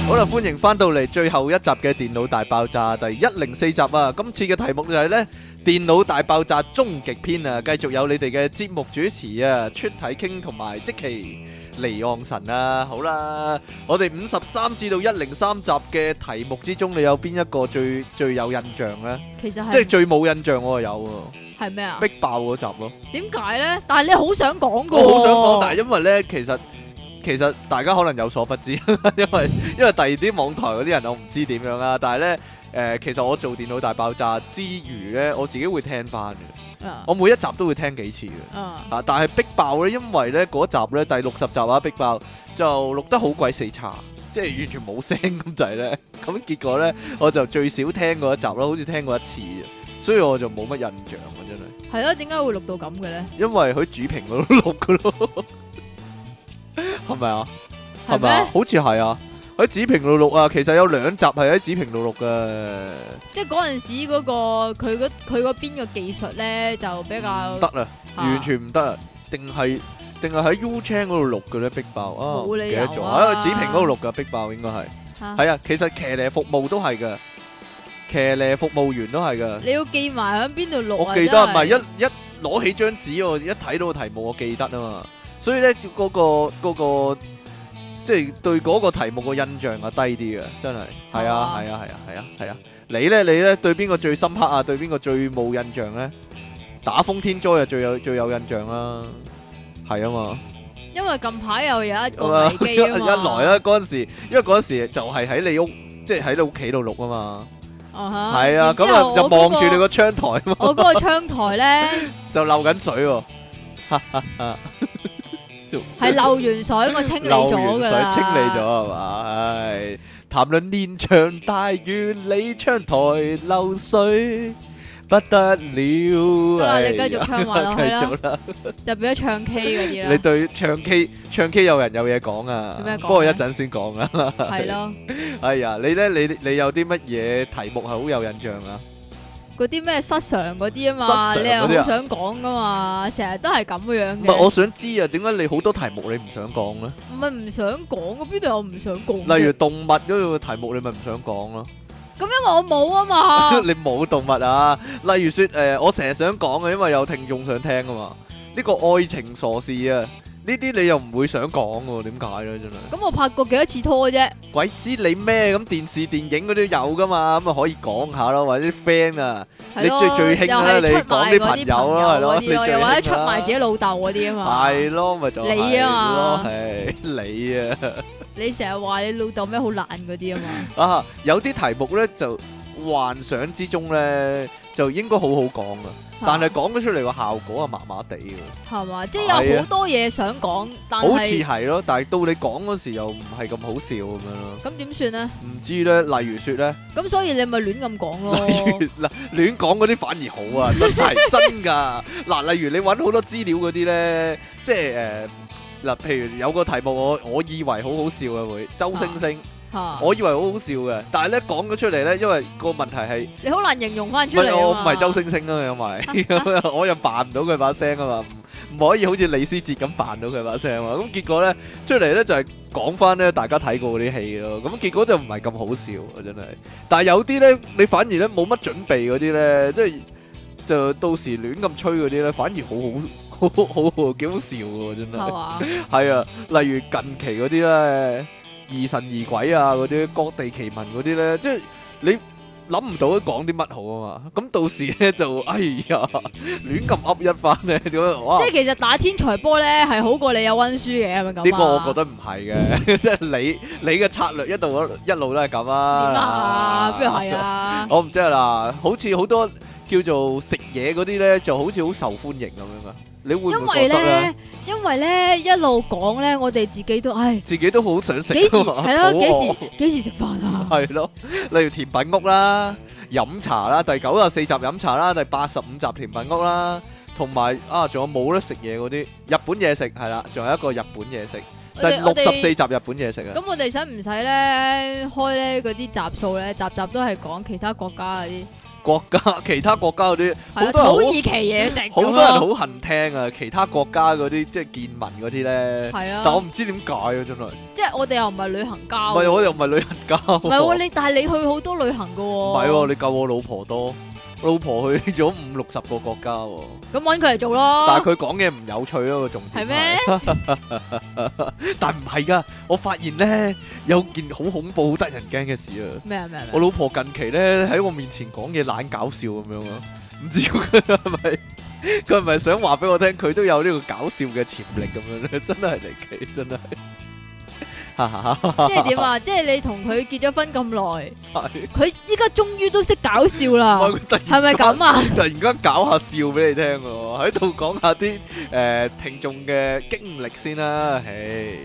好啦，歡迎翻到嚟最後一集嘅電腦大爆炸第一零四集啊！今次嘅題目就係呢「電腦大爆炸終極篇」啊！繼續有你哋嘅節目主持啊，出體傾同埋即其離岸神啊！好啦。我哋五十三至到一零三集嘅題目之中，你有邊一個最最有印象呢？
其實
即係
係
最冇印象我有
係咩啊
喎，？逼爆嗰集咯。
點解咧？但係你好想講噶，
我好想講，但係因為呢，其實其實大家可能有所不知， 因為因為第二啲網台嗰啲人我唔知點樣啦。但係呢，誒、其實我做電腦大爆炸之餘呢，我自己會聽翻嘅，
啊
我每一集都會聽幾次嘅。
啊
啊！但係逼爆咧，因為咧嗰集咧第六十集啊，逼爆就錄得好鬼死差，即係完全冇聲咁滯 咧。咁結果咧，我就最少聽過一集咯，好似聽過一次啫，所以我就冇乜印象啊，真係。
係咯？點解會錄到咁嘅咧？
因為佢主評嗰度錄噶咯， 係咪啊？係
係
咪啊
咩？？
好似係啊！喺子評度錄啊，其實有兩集係喺子評度錄嘅，
即係嗰陣時嗰個佢嗰佢嗰邊嘅技術咧就比較
唔得啊，
啊
完全唔得啊！定係定係喺 U Chain 嗰度錄嘅咧，逼爆啊！
冇理
記
由
得
啊
咗喺子評嗰度錄嘅，逼爆應該係。
嚇
係啊，其實騎呢服務都係嘅，騎呢服務員都係嘅。
你要記埋喺邊度錄啊？
我記得唔係
真係
一一攞起張紙，我一睇到個題目，我記得啊嘛。所以咧，嗰、個嗰、個即係對嗰個題目個印象啊低啲嘅，真係係啊
啊
係啊係啊係啊係啊。你咧你咧對邊個最深刻啊？對邊個最冇印象咧？打風天災啊，最有最有印象啦，係啊嘛。
因為近排又 有一
咁啊
個危
一
機
一
啊
來
嘛。
啦，嗰陣時，因為嗰陣時就係喺你屋，即係喺你屋企度錄啊嘛。
啊哈，
係啊，
然之
咁
後
啊就
我嗰
望住你個窗台啊嘛，
我嗰個窗台咧
就漏緊水喎，
係漏完水，我清理
漏完
咗㗎
水
啦，
清理咗係嘛？唉，談論連場大雨，你窗台漏水不得了。
得啦，
唉
你繼續唱埋 落
繼
去啦，
續啦，
就變咗唱 K 嗰啲啦。
你對唱 K 唱 K 有人有嘢講
有咩
啊
講，
不過一
咧
陣先講啦。
係咯，
哎呀，你咧你你有啲乜嘢題目係好有印象啊？
嗰啲咩失常嗰啲啊嘛，
失
你
常
又
嗰啲啊
好想講噶嘛， 成日都係咁樣
唔係，我
嘅。
想知啊，點解你好多題目你唔想講咧？
唔係唔想講，我邊度有唔想講啫？
例如動物嗰個題目，你咪唔想講咯。
咁，因為我冇 啊嘛。
你冇動物啊？例如說，誒、我成日想講嘅，因為有聽眾想聽啊嘛。呢、個愛情傻事啊，呢啲你又唔會想講喎？點解咧？真係
咁我拍過幾多次拖啫？
鬼知你咩咁？電視、電影嗰啲有噶嘛，咁啊可以講下咯，或者啲 friend 啊，
係
你
咯
最最興啦
又係
你
出賣
講啲
嗰
朋友啦係咯
嗰啲咯，
你最
又
興
或者
啦
出賣自己老豆嗰啲啊嘛。
係咯，咪就係
你啊嘛
咯，係 你啊
你成日話你老豆咩好懶嗰啲啊嘛。
啊！有啲題目咧就幻想之中咧，就應該好好講噶，但係講咗出嚟個效果係麻麻地嘅，
係嘛？即
係
係
啊
有好多嘢想講，但
好似
係
係咯，但係到你講嗰時又唔係咁好笑咁樣咯。
咁點算呢？
唔知咧，例如說咧，
咁所以你咪亂咁講
例
咯。
如嗱，亂講嗰啲反而好啊，真係真㗎。嗱，例如你揾好多資料嗰啲咧，即係誒嗱，譬如有個題目我我以為好好笑嘅會周星星，
嚇
我以為好好笑嘅，但係咧講咗出嚟咧，因為個問題係。
你好難形容翻
唔
出嚟
係我唔
啊嘛
係周星星啊嘛，因 為我又扮唔到佢把聲啊嘛，唔唔可以好似李思捷咁扮到佢把聲啊嘛。咁結果咧出嚟咧就係講翻咧大家睇過嗰啲戲咯。咁結果就唔係咁好笑啊，真係。但係有啲咧你反而咧冇乜準備嗰啲咧，即係就到時亂咁吹嗰啲咧，反而好好好好好好幾好笑喎，真
係
係。
嘛？
係啊，例如近期嗰啲咧，疑神疑鬼啊，嗰啲各地奇聞嗰啲咧，即係你諗唔到講啲乜好啊嘛。咁到時咧就哎呀，亂咁噏一番咧，點樣哇
即？係其實打天才波咧係好過你有温書嘅，係咪咁啊？
呢個我覺得唔係嘅，即係你你嘅策略一路一路都係咁
點
啊
啊？。邊度係啊？
我唔知啊嗱，好似好多叫做食嘢嗰啲咧，就好似好受歡迎咁樣啊。你會唔
因
會覺
為
得啊咧
咧，因為咧一路講咧，我哋自己都唉，
自己都好想食
幾時
啊嘛？
係咯？
肚餓
幾時幾時食飯啊？
系咯，例如甜品屋啦、飲茶啦，第九十四集飲茶啦，第八十五集甜品屋啦，同埋啊，仲有冇得食嘢嗰啲日本嘢食係啦，仲有一個日本嘢食，第
我哋
六十四
我哋
集日本嘢食啊，
咁我哋使唔使咧開咧嗰啲集數咧，集集都係講其他國家嗰啲，
國家 其他國家嗰啲
係
好
啊土
多
耳
人
其嘢食咁啊
好好
咯，
多人好恨聽啊，其他國家嗰啲即係見聞嗰啲咧，
係
但我
啊，
唔知點解啊，真係，唔
即係我哋又唔係旅行家喎，
係我又唔係旅行家喎，
哦唔係喎，你但係你去好多旅行噶喎，
啊唔係喎，你夠我老婆多，老婆去咗五六十個國家喎。
咁揾佢嚟做咯，
但係佢講嘢唔有趣咯，個重點
係 咩？
係？但唔係噶，我發現咧有件好恐怖、好得人驚嘅事啊！
咩啊咩啊咩
我
啊？
老婆近期咧喺我面前講嘢懶搞笑咁樣啊，唔知佢係咪佢係咪想話俾我聽佢都有呢個搞笑嘅潛力咁樣咧？真係離奇，真係。哈哈哈
即係點啊？即係你同佢結咗婚咁耐，
係
佢依家終於都識搞笑
哇
啦
佢，突然
係咪咁 啊？
突然間搞下笑俾你聽喎，喺度講下啲誒、呃、聽眾嘅經歷先啦。唉，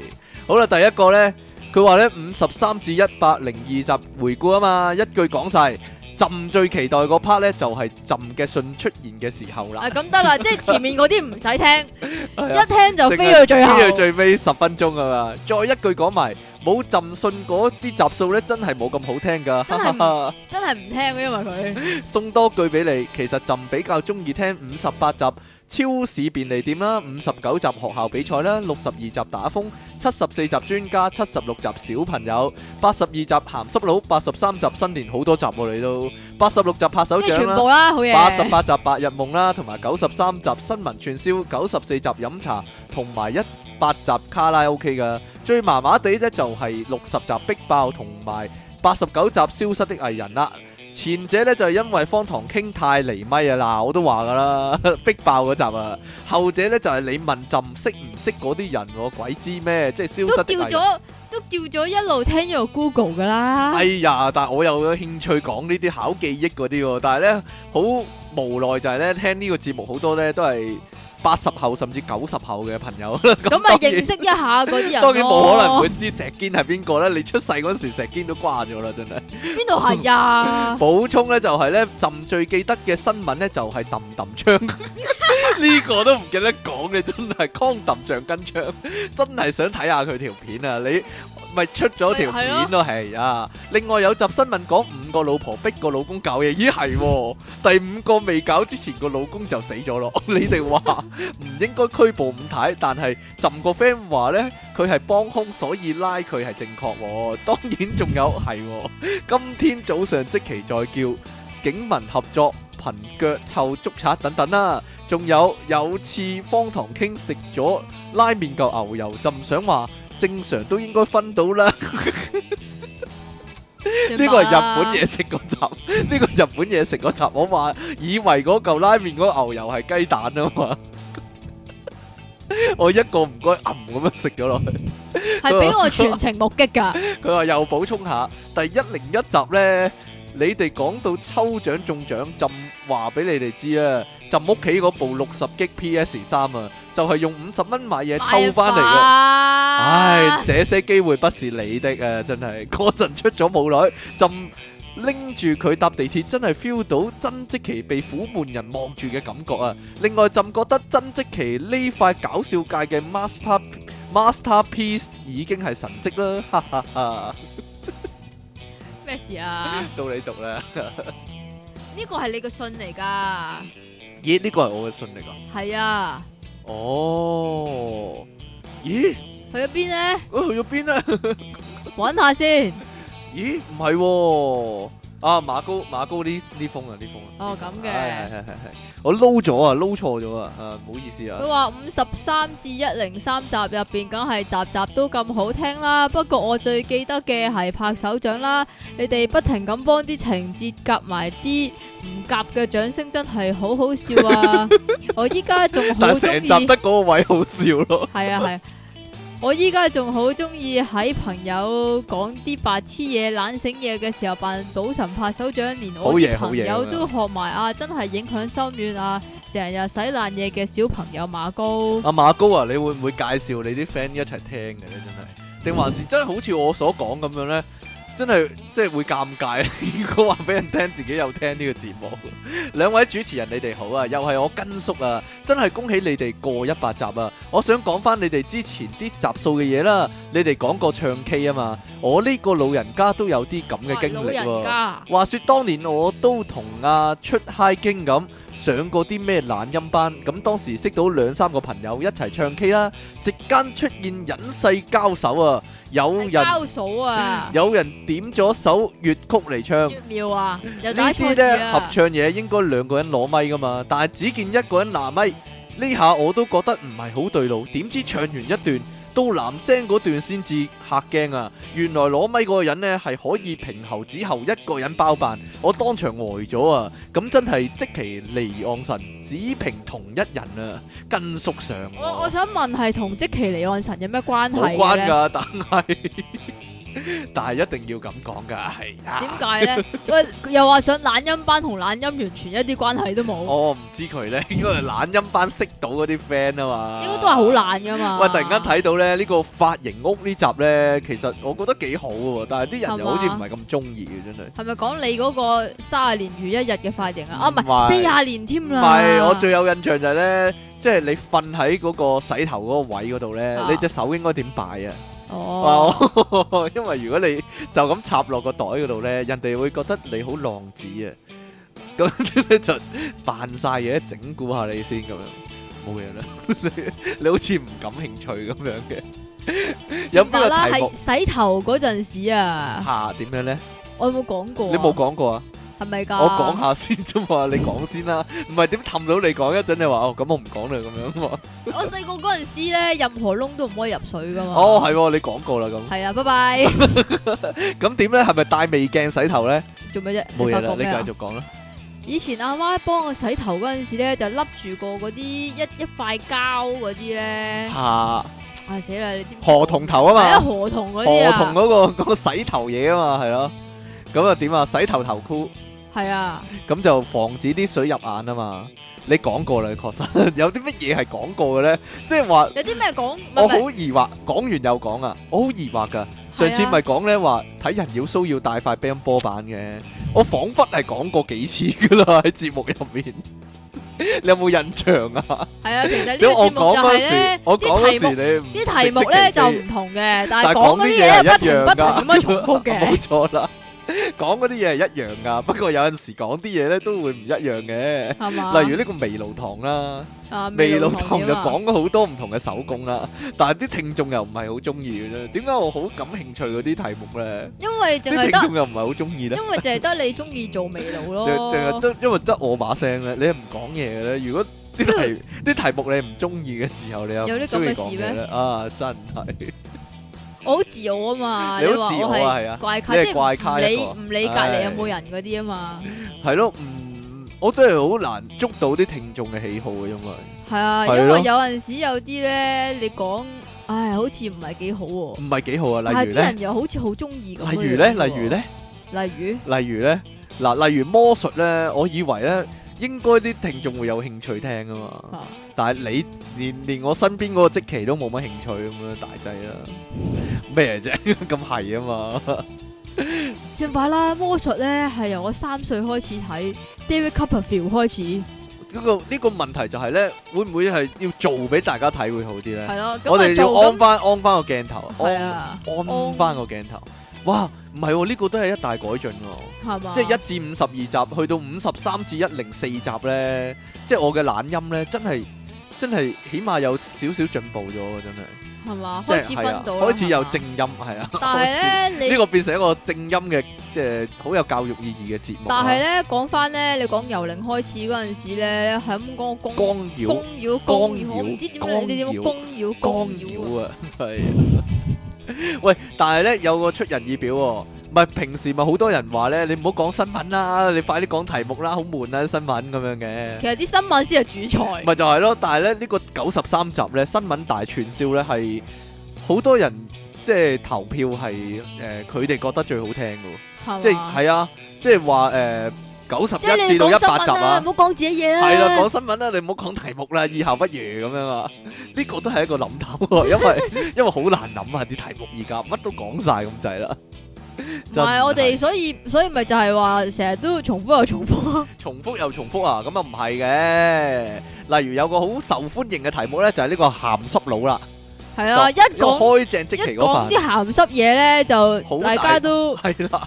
好啦，第一個呢，佢話呢五十三至一百零二集回顧啊嘛，一句講晒。朕最期待嗰 part 呢，就係朕嘅信出現嘅時候
啊
啦，
咁 得啦，即係前面嗰啲唔使聽，
係啊
一聽就
淨係
飛到最後，
飛到最尾十分鐘啊嘛，再一句講埋，冇朕信嗰啲集數呢，真係冇咁好聽㗎，
真 係唔真係唔聽嘅，因為佢。
送多句俾你，其實朕比較中意聽五十八集超市便利店啦，五十九集學校比賽啦，六十二集打風，七十四集專家，七十六集小朋友，八十二集鹹濕佬，八十三集新年好多集喎、你都八十六集拍手
即係
掌
全
啦。
部啦，好嘢。
啊八十八集白日夢啦，同埋九十三集新聞串燒，九十四集飲茶，同埋一百集卡拉 OK 噶。最麻麻地啫就係六十集逼爆，同埋八十九集消失的藝人啦。前者呢就係因為荒唐傾太離咪啊，嗱我都話噶啦， 逼爆嗰集啊。後者呢就係你問朕識唔識嗰啲人，我鬼知咩？即係消失
都叫
的藝人。
咗，都叫咗一路聽一路 Google 噶啦
哎。呀！但我有興趣講呢啲考記憶嗰啲喎，但係咧好無奈就係咧聽呢個節目好多咧都係八十後甚至九十後嘅朋友，
咁咪認識一下嗰啲 人咯。
當然冇可能會知石堅係邊個咧。你出世嗰陣時，石堅都瓜咗啦，真係。
邊度係 呀？
補充咧就係咧，朕最記得嘅新聞咧就係揼揼槍，呢個都唔記得講嘅，真係 condom 橡筋槍， 真係想睇下佢條片啊！你咪出咗條
咪係
片咯，係啊！另外有集新聞講五個老婆逼個老公搞嘢，咦係喎，第五個未搞之前個老公就死 咗咯。 你哋話唔應該拘捕五太，但係朕個 friend 話咧佢係幫兇，所以拉佢係正確喎。 當然仲有係喎。今天早上即期再叫警民合作，憑腳臭捉賊等等啦、仲有有次方唐傾食咗拉麵嚿牛油，就唔想話正常都應該分到 啦。呢
呢
個係日本嘢食嗰集， 呢個日本嘢食嗰集，我話以為嗰嚿拉麵嗰牛油係雞蛋啊嘛。 我一個唔該揞咁樣食咗落去。
嘢，係俾我全程目擊㗎。
佢話又補充下，第一零一集呢，你哋講到抽獎中獎，朕話俾你哋知啊，朕屋企嗰部六十 G PS 三啊，就係用五十蚊買嘢
哎
抽翻嚟嘅。唉，
唉，
這些機會不是你的啊！真係嗰陣出咗冇耐，朕拎住佢搭地鐵，真係 feel 到曾積奇被苦悶人望住嘅感覺啊！另外，朕覺得曾積奇呢塊搞笑界嘅 master masterpiece 已經係神跡啦，哈哈哈！
咩事啊？
到你讀啦，
呢個係你嘅信嚟㗎，
咦？呢個係我嘅信嚟啊！
係啊，
哦，咦？
去咗邊咧？
我去咗邊啊？
揾下先。
咦？唔係喎，啊馬高馬高呢呢封啊呢封啊。
哦，咁
係係
嘅。
係係係，我撈咗啊，撈錯咗啊，啊唔好意思
佢
啊，
話五十三至一零三集入边，梗係集集都咁好聽啦。不過我最記得嘅係拍手掌啦，你哋不停咁幫啲情節夾埋啲唔夾嘅掌聲，真係好好笑 啊！我依家仲好
但係
中
成
意，
集
係
得嗰個位好笑咯，
啊係啊。我依家仲好中意喺朋友講啲白痴嘢、懶醒嘢嘅時候扮賭神拍手掌，連
好
我
嘢
啲
好
朋
嘢
友
咁樣
都學埋啊！真係影響深遠啊！成日洗爛嘢嘅小朋友馬高。
阿馬高啊，你會唔會介紹你啲 friend 一齊聽嘅咧？真係，定還是真係好似我所講咁樣咧？真係即係會尷尬， 如果話俾人聽自己有聽呢個節目，兩位主持人你哋好啊，又係我根叔啊，真係恭喜你哋過一百集啊！我想講翻你哋之前啲集數嘅嘢啦，你哋講過唱 K 啊嘛，我呢個老人家都有啲咁嘅經歷
老人
喎、
家
話說當年我都同阿出 high 經咁上過啲咩懶音班，咁當時識到兩三個朋友一齊唱 K 啦，直間出現隱世交手啊，有
係
人
交數啊，
有人點咗首粵曲嚟唱。
越妙啊，又
呢啲
打錯字
呢合
啊，
唱嘢應該兩個人攞咪噶嘛，但係只見一個人拿咪，呢下我都覺得唔係好對路。點知唱完一段到男聲嗰段先至嚇驚啊！原來攞咪嗰個人呢係可以平喉子喉一個人包辦，我當場呆咗啊！咁真係即其離岸神，只平同一人啊，跟叔上
我我想問係同即其離岸神有咩關
冇
係嘅
關
咧？
㗎，但係 但係一定要咁講㗎，係啊。
點解咧？喂，又話上懶音班同懶音完全一啲關係都冇，
哦我唔知佢咧， 應該係懶音班識到嗰啲 friend 啊嘛。
應該都係好。懶啊噶嘛。
喂，突然間睇到咧呢個髮型屋呢集咧，其實我覺得幾好喎，但係啲人又好似唔係咁中意嘅，真係。
係咪講你嗰個卅年如一日嘅髮型啊？啊，唔
唔係
係四廿年添
唔
啦。
係，我最有印象就係咧，即係你瞓喺嗰個洗頭嗰個位嗰度咧，
啊
你隻手應該點擺啊？Ờ,
哦，
哦， 因為如果你就咁插落個袋嗰度咧，人哋會覺得你好浪子啊。咁 你就扮晒嘢，整蠱下你先咁樣，冇嘢啦。 你你好似唔感興趣咁樣 嘅。有邊
但啦，
個題目
係洗頭嗰陣時啊，
下點樣咧？
我有冇講過啊？
你冇講過啊？
係咪㗎？
我講下先啫嘛，你講先啦。唔係點氹到你講一陣，你話哦咁我唔講啦咁樣喎。
我細個嗰陣時咧，任何窿都唔可以入水噶嘛。
哦，係喎，你講過啦咁。
系啊，拜 拜。
咁點咧？係咪戴美鏡洗頭咧？
做咩啫？
冇嘢啦，
發覺
你
咩啊
繼續講啦。
以前阿媽幫我洗頭嗰陣時咧，就笠住個嗰啲一一塊膠嗰啲咧，
下
啊死啦！你知唔知
河童頭啊
係
嘛
啊，。河童嗰啲
河
啊，
同嗰、個 嗰個洗頭嘢啊嘛，係咯。咁啊點啊？洗頭頭箍，
係啊，
咁就防止啲水入眼啊嘛。你講過啦，確實 有啲乜嘢係講過嘅咧？即係話
有啲咩講？唔係
我
唔係
好疑惑，講完又講啊，我好疑惑噶。上次咪講咧話睇人妖 show 要帶塊乒乓波板嘅，我彷彿係講過幾次噶啦 喺節目入面。你有冇印象啊？
係啊，其實呢
因
個
為我
節目
講
就
嗰時
係咧，，
我講嗰
啲題目
時你唔
啲題目
直
咧
直
就
地
唔同嘅，但
但係
係講嗰啲
講啲嘢係
嘢咧不
一樣
停不
㗎
停咁樣重複嘅
冇。錯啦，講嗰啲嘢係一樣噶， 不過有陣時講啲嘢咧都會唔一樣嘅。
係 嘛？
例如呢個微露堂啦，
如啊，
微露
露
堂就
點啊
講咗好多唔同嘅手工啦，但係啲聽眾又唔係好中意嘅啫。點解我好感興趣嗰啲題目咧？
因為淨
啲
係
聽
得，
眾又唔係好中意咧，
因為淨係得你中意做眉露
淨
咯。
淨係得因為得我把聲咧，你係唔講嘢嘅咧。如果啲題啲題目你唔中意嘅時候，你又
有啲
唔中意
咁嘅事
講嘢
咩
咧啊，真係
我好自我啊嘛，
你好
話
自我
我
啊係啊
係怪咖，
你
即
係
係
怪
唔
咖一
理
個
唔理隔離有冇人嗰啲啊嘛，
係咯，唔我真係好難捉到啲聽眾嘅喜好嘅，因為。
係啊，
係
因
咯
為有陣時有啲咧，你講，唉，好似唔係幾好喎，
唔係幾好啊，
但係
例如
啲
咧，
人又好似好中意咁樣
例如咧，
喎
例如，咧，
例如
例如咧，嗱，例如魔術咧，我以為咧應該啲聽眾會有興趣聽噶嘛。
啊
但係你連連我身邊嗰個即期都冇乜興趣咁樣大劑啦，咩啫？ 咁係啊嘛，
算吧啦，魔術咧係由我三歲開始睇，David Copperfield 開始，係
呢、個呢、個問題就係咧，會唔會係要做俾大家睇會好啲咧？
咯，咁
我
咪
哋要
做
安
咁
翻安翻個鏡頭，
係
安
啊，
安翻個鏡頭。哇，唔係喎，呢、個都係一大改進喎、
係嘛？
即係一至五十二集，去到五十三至一零四集咧，即係我嘅懶音咧，真係真係起碼有少少進步咗喎，真係。
係嘛？
即
開
係
始
係啊
分到啦，
開始有
係嘛
正音係啊。
但 係咧
呢
你，
個變成一個正音嘅，即係好有教育意義嘅節目啊。
但係咧講翻咧，你講由零開始嗰陣時咧，係咁講個
干
公公
擾
妖公
干擾
妖，我唔知點解你哋
干擾
點樣公妖
干
公
擾
妖啊？
啊，係啊。喂，但係咧有個出人意表喎，唔係平時咪好多人話咧，你唔好講新聞啦，你快啲講題目啦，好悶啊新聞咁樣嘅。
其實啲新聞先係主菜，
咪就係咯，但係咧呢、呢個九十三集咧新聞大串燒咧係好多人即係投票係誒佢哋覺得最好聽嘅喎，
係
即係
嘛
係啊，即係話誒九十
即係
一
你
至到
講
一
新
百集
聞啦，
啊
唔。好講自己嘢啦。
係啦，講新聞啦，你唔好講題目啦，以後不如咁樣啊。呢個都係一個諗頭喎， 因為因為好難諗啊啲題目而家乜都講晒咁滯啦。
唔係我
真
哋，所以所以咪就係話成日都重複又啊 重複，
重複又重複啊，咁啊唔係嘅。例如有個好受歡迎嘅題目咧，就係呢個鹹濕佬啦。
係啊，一
一個
講
開正即期
一講
嗰
啲鹹濕嘢咧，就
好大
大家都
份，係啦，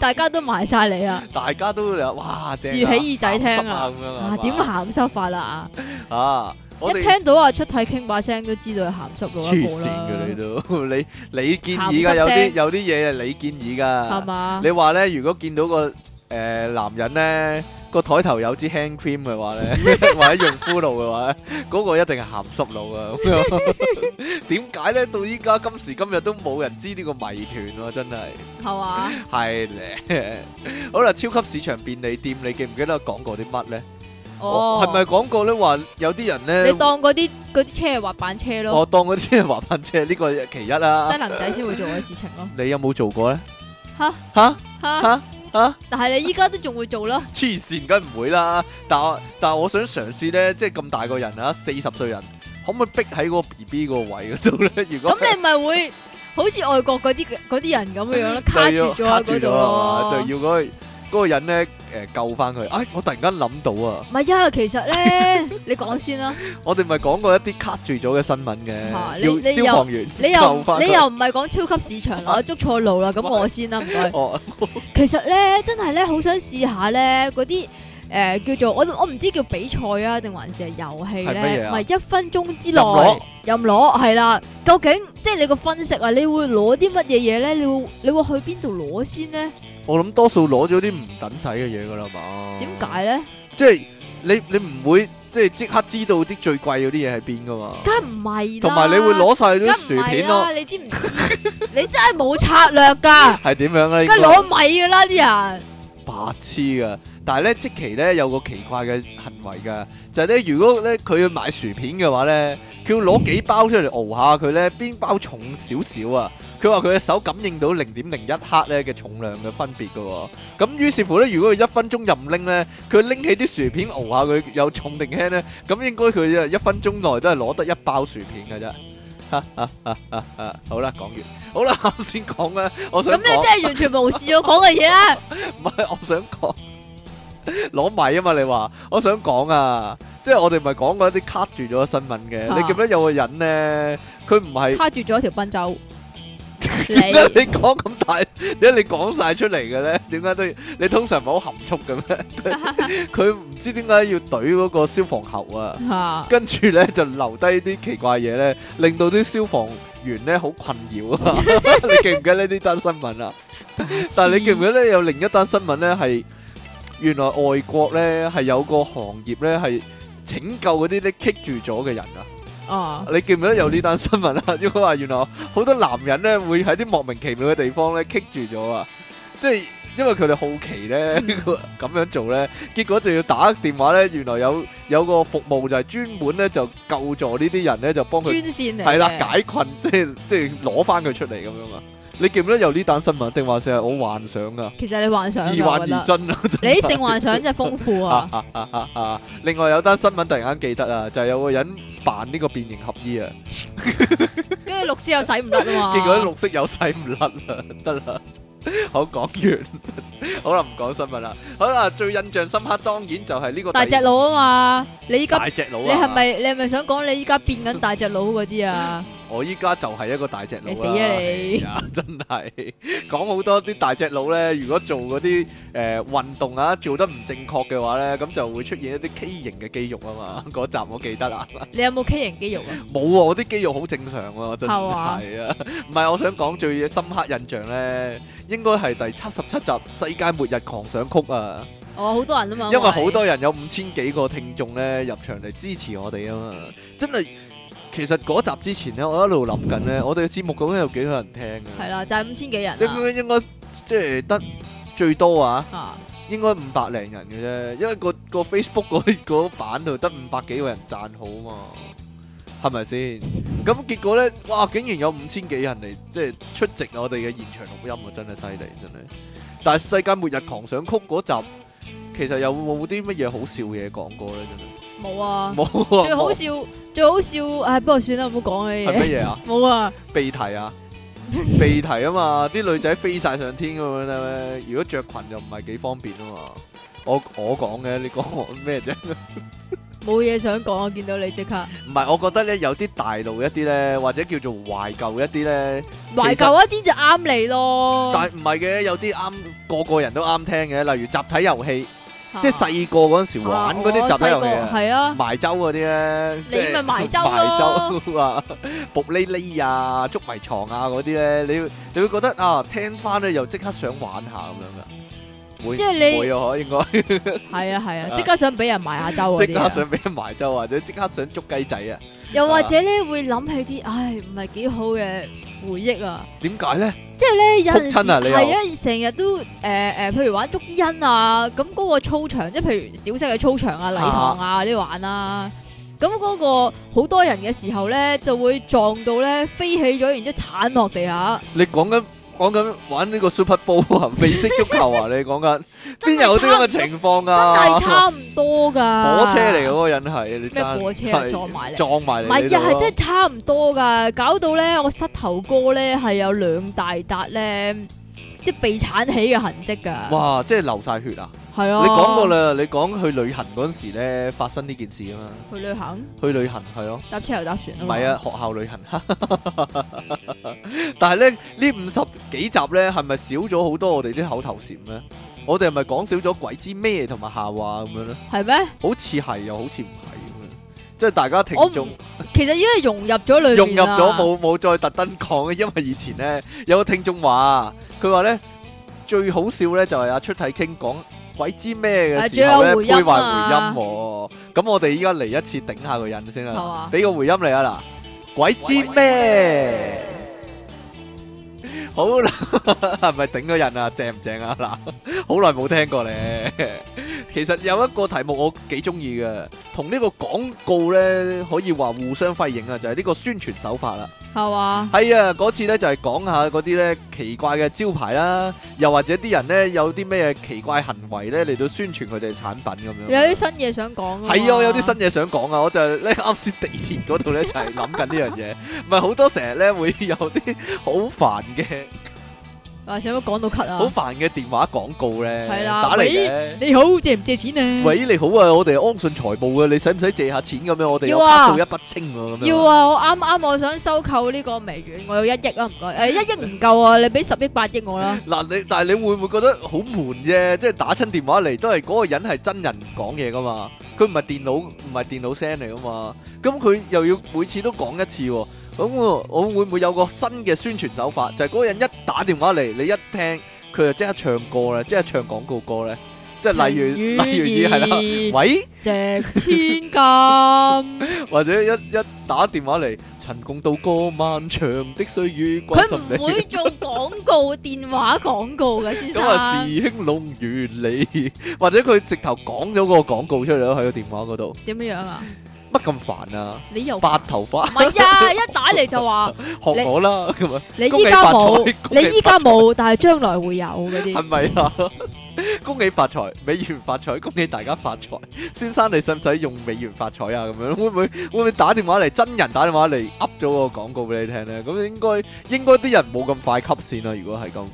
大家都埋晒你 啊！
大家都有哇，正啊
豎起耳仔聽啊
鹹濕咁樣
啊，
啊，
點鹹濕法啦？
啊？我
一
哋
聽到啊出體傾把聲都知道係鹹濕佬一
黐
個
線
啦
嘅，你都， 你你建議㗎，
鹹濕
有啲
聲
有啲嘢係你建議
係
㗎。
嘛？
你話咧，如果見到個誒男人咧個台頭有支 hand cream 嘅話咧， 或者用骷髏嘅話咧，嗰個一定係鹹濕佬啊！咁 樣點解咧？到依家今時今日都冇人知呢個謎團喎，真係。
係嘛？
係咧， 好啦，超級市場便利店，你記唔記得我講過啲乜咧？
哦，
係咪講過咧話有啲人咧，
你當嗰啲嗰啲車係滑板車咯，
我當嗰啲人滑板車呢個其一啦
低。男仔先會做嘅事情 咯。
你有冇做過咧？
吓
吓
吓，
吓吓！
但係你依家都仲會做 咯，
黐線，梗唔會啦。但我但我想嘗試咧，即係咁大個人啊，四十歲人，可唔可以逼喺嗰個 B B 個位嗰度咧？如果
咁你咪會好似外國嗰啲嗰啲人咁樣樣咯，卡
就
住
要
咗喺嗰度咯。
啊就要嗰個嗰個人咧誒救翻佢。哎，我突然間諗到啊，
唔係啊，其實咧， 你講先啦，
我哋咪講過一啲卡住咗嘅新聞
嚇你
嘅，
你
要
又
消防員
你又
救翻
唔你
佢
又唔係講超級市場啦，我捉錯路啦，咁我先啦，唔該。
哦，
其實咧，真係咧，好想試下咧嗰啲誒叫做我我唔知叫比賽啊，定還是係遊戲
係乜嘢
咧？
啊
唔係一分鐘之
任
內
攞
任攞係啦。究竟即係你個分析啊，你會攞啲乜嘢嘢咧？你會你會去邊度攞先咧？
我諗多數攞咗啲唔等使嘅嘢噶啦嘛。
點解？咧？
即係你你唔會即係即刻知道啲最貴嗰啲嘢喺邊噶嘛？
梗係唔係啦，
同埋你會攞晒
梗
啲
唔
薯
係
片
啦，
咯，
你知唔知？ 你真係冇策略㗎。
係點樣咧？
梗係攞米噶啦啲人，
白痴噶！但係咧，即期咧有個奇怪嘅行為噶，就係咧，如果咧佢要買薯片嘅話咧，佢要攞幾包出嚟熬下佢咧，邊包重少少啊？佢話佢嘅手感應到零點零一克咧嘅重量嘅分別噶喎。咁於是乎咧，如果佢一分鐘任拎咧，佢拎起啲薯片熬下佢有重定輕咧，咁應該佢一分鐘內都係攞得一包薯片嘅啫。好啦，講完，好啦， 啱先講啦，我想
咁你
講
真係完全無視我講嘅 嘢啦。
唔係，我想講攞米啊嘛！你話，我想講啊，即係我哋咪講過一啲卡住咗嘅新聞嘅。
啊
你記唔記得有個人咧，佢唔係
卡住咗條賓州，
點解你講咁大？點解你講晒出嚟嘅咧？點解都要你通常唔係好含蓄嘅咩？佢唔知點解要懟嗰個消防喉啊！
吓
跟住咧就留低啲奇怪嘢咧，令到啲消防員咧好困擾啊！ 你記唔記得呢啲單新聞啊？但係你記唔記得有另一單新聞咧係原來外國咧係有個行業咧係拯救嗰啲咧棘住咗嘅人啊！
啊？
你記唔記得有呢單新聞啊？ 因為話原來好多男人咧會喺啲莫名其妙嘅地方咧棘住咗啊！即係因為佢哋好奇咧
嗯
咁樣做咧，結果就要打電話咧。原來有有個服務就係專門咧就救助呢啲人咧，就幫
專
佢
線嚟嘅
係啦解困，即係即係攞翻佢出嚟咁樣啊！你記唔記得有呢單新聞？定還是係我幻想啊？
其實你幻 想
疑
㗎，我
幻
覺
疑
得
真啊！
你啲性幻想真係豐富啊！
啊！另外有單新聞突然間記得啊，就係有個人扮呢個變形合衣啊，
跟住綠絲又洗唔甩啊 嘛，
結果綠色有洗唔甩啦， 得啦。好講完， 好啦，唔講新聞啦。好啦，最印象深刻當然就係呢個
大隻佬啊嘛，你依家
大隻佬啊！
你係咪你係咪想講你依家變緊大隻佬嗰啲啊？
我依家就係一個大隻佬啦
你死啊你
哎呀真係講好多啲大隻佬咧，如果做嗰啲誒運動啊做得唔正確嘅話咧，咁就會出現一啲畸形嘅肌肉啊嘛。嗰集我記得啊，
你有冇畸形肌肉啊？
冇啊，我啲肌肉好正常啊，真
係嘛
係啊。唔係，我想講最深刻印象咧，應該係第七十七集《世界末日狂想曲》啊，
哦，好多人啊嘛，
因為好多人有五千幾個聽眾咧入場嚟支持我哋啊嘛，真係。其實嗰集之前咧，我一路諗緊咧，我哋嘅節目究竟有幾多人聽啊？
係啦，就係五千幾人
應
啊
該應該即係得最多啊，
啊，
應該五百零人嘅啫，因為個個 Facebook 嗰嗰版度得五百幾個人讚好啊嘛，係咪先？咁結果咧，哇！竟然有五千幾人嚟即係出席我哋嘅現場錄音啊，真係犀利，真係！但係《世界末日狂想曲》嗰集，其實有冇啲乜嘢好笑嘢講過咧？真
冇啊
係，冇啊！
最好
冇
笑最好笑，唉，不過算啦，唔好講呢
係
啲嘢，
乜嘢啊？
冇啊，
鼻涕啊，鼻涕啊嘛，啲女仔飛晒上天咁樣咧，如果着裙就唔係幾方便啊嘛。我我講嘅，你講我咩啫？
冇嘢想講，啊我見到你即刻
唔係，我覺得咧有啲大路一啲咧，或者叫做懷舊一啲咧，
懷舊一啲就啱你咯，
但係唔係嘅，有啲啱個個人都啱聽嘅，例如集體遊戲，
啊
即係細個嗰陣時玩嗰啲集體遊戲
我細個
啊，
係啊，
埋周嗰啲咧，即係
你咪埋周咯
埋周啊， 卜哩哩啊，捉迷藏啊嗰啲咧，你會你會覺得啊，聽翻咧又即刻想玩下咁樣噶，會
即係你
會啊，可應該。
係啊係啊，即刻想俾人埋下周 嗰
即
啲
刻
啊。
想俾人埋周，或者即刻想捉雞仔啊？
又或者咧會諗起啲唉唔係幾好嘅回憶啊，
點解咧？
即係咧有
撲
陣時
嗯親啊你又
係啊，成日都誒誒、呃呃譬如玩捉伊因啊，咁嗰個操場即係譬如小息嘅操場啊、禮堂啊嗰啲玩啊，咁嗰個好多人嘅時候咧就會撞到咧飛起咗，然之後鏟落地下，
你講緊講緊玩呢個 Super Bowl 啊，美式足球啊？你講緊
真
邊有啲咁嘅
係
情況
差唔多真
啊？
係差唔多㗎，
火車嚟嗰個人係你
咩
真
火車啊
係
撞埋嚟。
撞埋嚟
唔
你
係
度
啊，係
咯
真係差唔多噶，搞到咧我膝頭哥咧係有兩大笪咧，即係被鏟起嘅痕跡噶。
哇！即係流晒血啊！
係啊，
你講過，啦，你講去旅行嗰陣時咧發生呢件事啊嘛，
去旅行
去旅行係咯，
搭車又搭船啊
唔
嘛
係啊，，學校旅行。 但係咧呢五十幾集咧，係咪少咗好多我哋啲口頭禪咧？我哋係咪講少咗鬼知咩同埋下話咁樣咧？
係咩？
好似係又好似唔係咁樣，即係大家聽
我唔
眾
其實已經係融入咗裏面
融
啊
入
啦
咗，冇冇再特登講嘅，因為以前咧有個聽眾話，佢話咧最好笑咧就係阿出體傾講鬼知咩
啊
嘅時候咧，
仲有
配埋
回音
回音
啊
喎。咁我哋依家嚟一次頂下個人先
係
啦，
嘛？
俾個回音嚟啊嗱，鬼知咩？好啦，係咪頂咗人啊？正唔正啊？嗱，好耐冇聽過咧。其實有一個題目我幾中意嘅，同呢個廣告咧可以話互相輝映啊，就係呢個宣傳手法啦。
係嘛？
係啊，嗰次咧就係講下嗰啲咧奇怪嘅招牌啦，又或者啲人咧有啲咩奇怪行為咧嚟到宣傳佢哋嘅產品咁樣。
有啲新嘢想講啊嘛
係啊，我有啲新嘢想講啊！我就係咧啱先地鐵嗰度咧就係諗緊呢樣 嘢，唔係好多成日咧會有啲好煩嘅、
啊，使乜講到咳
好
啊？
煩嘅電話廣告咧，
係啦
打嚟咧。
你好，借唔借錢啊？
喂，你好啊！我哋安信財務嘅，你使唔使借下錢咁樣？我哋有
要啊
卡數一筆清喎咁樣。
要啊！我啱啱我想收購呢個微軟，我有一億啊，唔該。誒，一億唔夠啊，你俾十億八億我啦。
嗱，你但係你會唔會覺得好悶啫？即係打親電話嚟都係嗰個人係真人講嘢噶嘛，佢唔係電腦唔係電腦聲嚟噶嘛，咁佢又要每次都講一次喎、咁我我會唔會有個新嘅宣傳手法？就係、嗰個人一打電話嚟，你一聽佢就即刻唱歌咧，即刻唱廣告歌咧，即 係例如
陳
例如以係啦，
宇
喂，
值千金。
或者一一打電話嚟，曾共度過漫長的歲月，關
佢
心
唔
你。
會做廣告電話廣告嘅先
咁啊，
生，
時興隆如 你，或者佢直頭講咗個廣告出嚟咯喺個電話嗰度。
點樣樣啊？
乜乜咁煩啊？
你又
白頭髮
唔係啊！一打嚟就話
學我啦，咁啊，
你
恭喜
依家
發
冇
財，恭
你
喜
依家冇，但係將來會有嗰
係
啲。
咪啊？ 恭喜發財，美元發財， 恭喜大家發財。先生，你使唔使用美元發財啊？咁樣會唔會會唔會打電話嚟真人打電話嚟噏咗個廣告俾你聽咧？咁應該應該啲人冇咁快吸線啦。如果係咁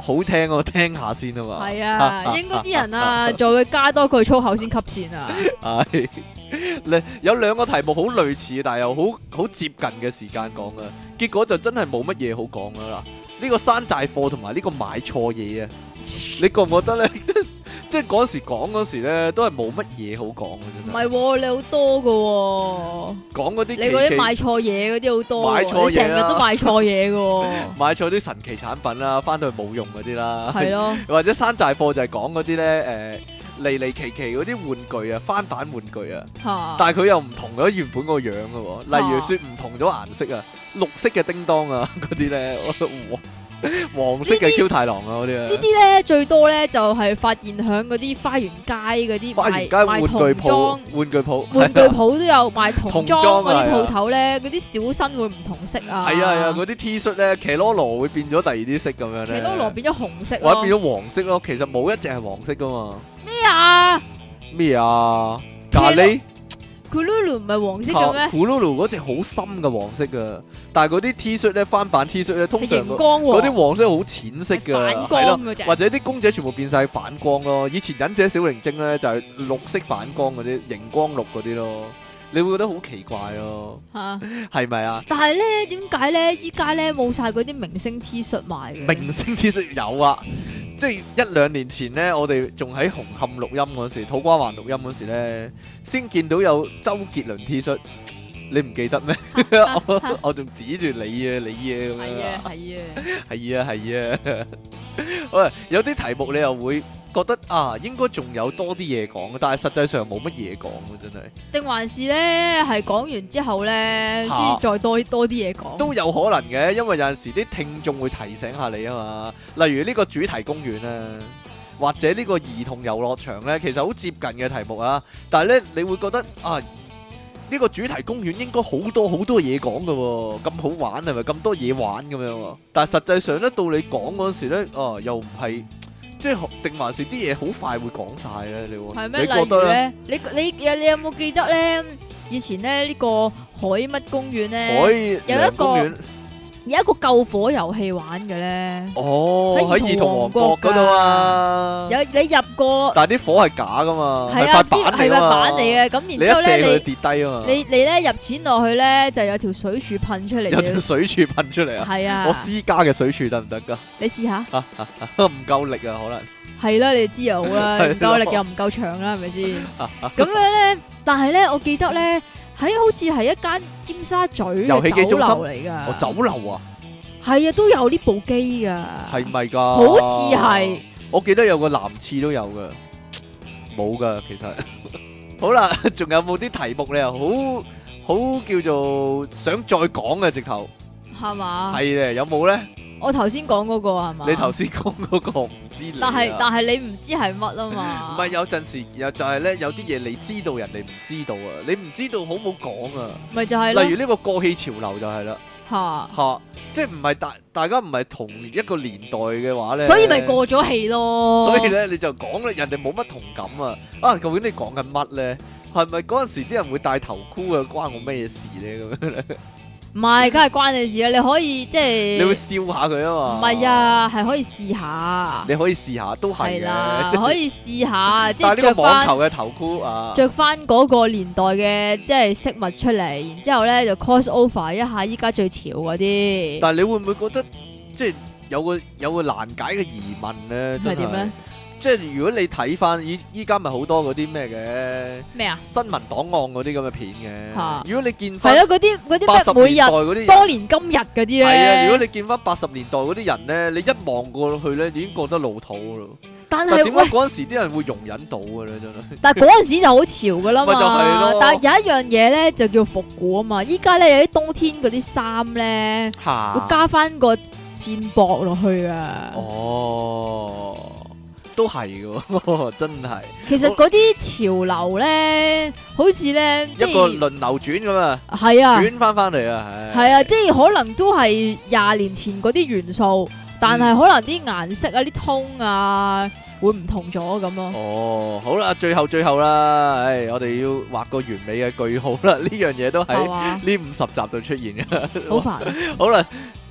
好聽我聽下先啊嘛。
係啊，應該啲人啊，就會加多句粗口先吸線啊。
係，你有兩個題目好類似，但係又好好接近嘅時間講啊，結果就真係冇乜嘢好講噶啦。呢個山寨貨同埋呢個買錯嘢啊，你覺唔覺得咧？ 即係嗰時講嗰時咧，都係冇乜嘢好講嘅
唔
真係。
係喎，你好多噶喎。
講嗰啲
你嗰
奇
啲
奇
買錯嘢嗰啲好多喎，
買錯嘢啊
你成日都買錯嘢嘅喎，
買錯啲神奇產品啦，翻到去冇用嗰啲 啦，
係咯，
或者山寨貨就係講嗰啲咧誒離離奇奇嗰啲玩具啊，翻版玩具啊。
嚇，
但係佢又唔同咗原本個樣嘅喎，例如説唔同咗顏色啊，綠色嘅叮當啊 嗰啲咧，黃黃色
呢
嘅
啲
Q 太郎啊嗰啲
呢
啊，
啲咧最多咧就係發現響嗰啲花園街嗰啲
花園
賣
街玩
賣
具
童
鋪
裝、
玩具鋪，
玩具鋪都有賣童
童
裝
裝
嗰
啊
啲鋪
係啊
頭咧，嗰啲小新會唔同色 啊，
係啊係啊，嗰啲 T 恤咧，騎羅羅會變咗第二啲色咁樣咧，
奇多羅變咗紅色
或者變
咯，
咗黃色咯，其實冇一隻係黃色噶嘛，
咩啊
咩啊？
騎羅
咖喱
k u l u l u 唔係黃色嘅
嚇
咩？
，Hululu 嗰隻好深嘅黃色噶，但係嗰啲 T 恤咧翻版 T 恤咧，通
係
常
熒
個
光
嗰
喎，
啲黃色好淺色
係
噶，係
反
咯
光。嗰只，
或者啲公仔全部變晒反光咯。以前忍者小靈精咧就係、綠色反光嗰啲，熒光綠嗰啲咯。你會覺得好奇怪咯，
嚇！
係咪啊？
但係咧點解咧依家咧冇晒嗰啲明星 T 恤賣嘅？
明星 T 恤有啊，即係一兩年前咧，我哋仲喺紅磡錄音嗰時，土瓜灣錄音嗰時咧，先見到有周杰倫 T 恤，你唔記得咩？我 我仲指住你啊，你啊咁樣
係
啊
啊。係啊。
係啊係啊， 喂，有啲題目你又會覺得啊，應該仲有多啲嘢講，但係實際上冇乜嘢講嘅，真係
定還是咧係講完之後咧，
嚇
先再多多啲嘢講。
都有可能嘅，因為有陣時啲聽眾會提醒下你啊嘛，例如呢個主題公園啊，或者呢個兒童遊樂場呢，其實好接近嘅題目啊，但係呢，你會覺得啊。呢個主題公園應該好多好多嘢講嘅喎，咁好玩係咪？咁多嘢玩咁樣喎，但係實際上咧，到你講嗰時咧，啊又唔係即係定還是啲嘢好快會講晒咧？你會
係咩？
你
例
覺
如
得啊咧？
咧，你你你有冇記得咧？以前咧呢個海乜公園
海
咧，有
洋
一個
公園
有一個救火遊戲玩嘅咧，
哦，
喺
喺
兒
兒
童
童
王
王
國
國嗰度啊，
有你入過
但係啲火係假噶嘛，
係
塊
啊，啲
板
係
嚟
咪
㗎嘛
板嚟，嘅？咁
你一
然之後
射佢就
咧，
跌低啊嘛，
你你你咧入錢落去咧，就有條水柱噴出嚟，
有條水柱噴出嚟啊！
係啊
我，私家嘅水柱得唔得㗎？
你試下
唔夠力啊，可能。
係啦，你就知又好 啦，
係
唔夠力
咯
又唔夠長啦，係 咪先？咁樣咧，但係咧，我記得咧，喺好似係一間尖沙咀
遊戲
嘅
機
酒
中心
樓嚟噶，
我酒樓啊，
係啊，都有呢部機噶，
係咪㗎？
好似係，
我記得有個男廁都有嘅，冇噶其實。 好啦，仲有冇啲題目你又好好叫做想再講嘅直頭
係嘛
係？咧，有冇咧？
我頭先講嗰個係嘛？
你頭，先講嗰個唔知你啊，
啊但係但係你唔知係乜啊嘛？
唔係有陣時又就係咧，有啲嘢你知道人哋唔知道啊，你唔知道好冇講啊。
咪就係咯
例如呢個過氣潮流就係啦，
嚇，
吓，即係唔係大大家唔係同一個年代嘅話咧，
所以咪過咗氣咯。
所以咧你就講咧，人哋冇乜同感啊！啊，究竟你講緊乜咧？係咪嗰陣時啲人會戴頭箍啊？關我咩事咧？咁樣咧，
唔係，梗係關你事啊！你可以即係
你會笑下佢啊
唔
嘛？
係，啊？係可以試下，
你可以試下，都係
係啦
嘅，，即係
可以試下，即
戴
係
呢
着
個
翻
網。球嘅頭箍啊，
着翻嗰個年代嘅即係飾物出嚟，然之後咧就 cross over 一下依家最潮嗰啲，
但係你會唔會覺得即係有個有個難解嘅疑問咧？
係
真
點咧
係，？即係如果你睇翻依依家咪好多嗰啲咩嘅
咩啊？
新聞檔案嗰啲咁嘅片
嚇
嘅，如果你見翻
係咯，嗰啲嗰
八十
啲咩每
年代
日
嗰啲人
當年今日嗰啲咧，
係啊，如果你見翻八十年代嗰啲人咧，你一望過去咧，已經覺得老土噶咯。但
但
係點
係
啊解
喂，
嗰陣時啲人會容忍到嘅咧？真係
但係嗰陣時就好潮噶啦
咪就係
嘛
咯。
但係有一樣嘢咧就叫復古啊嘛，依家咧有啲冬天嗰啲衫咧會
嚇
啊加翻個墊膊落去噶，
哦，都係嘅， 真係
其實嗰啲潮流咧，好似咧即
一個
係
輪流轉咁啊，
係啊，
轉翻翻嚟啊，
係啊，即係可能都係廿年前嗰啲元素，但
嗯
係可能啲顏色啊、啲通啊會唔同咗咁咯。
哦，好啦，最後最後啦，唉，我哋要畫個完美嘅句號啦， 呢樣嘢都
係
喺
嘛，
呢五十集度出現嘅。
好煩，
好啦，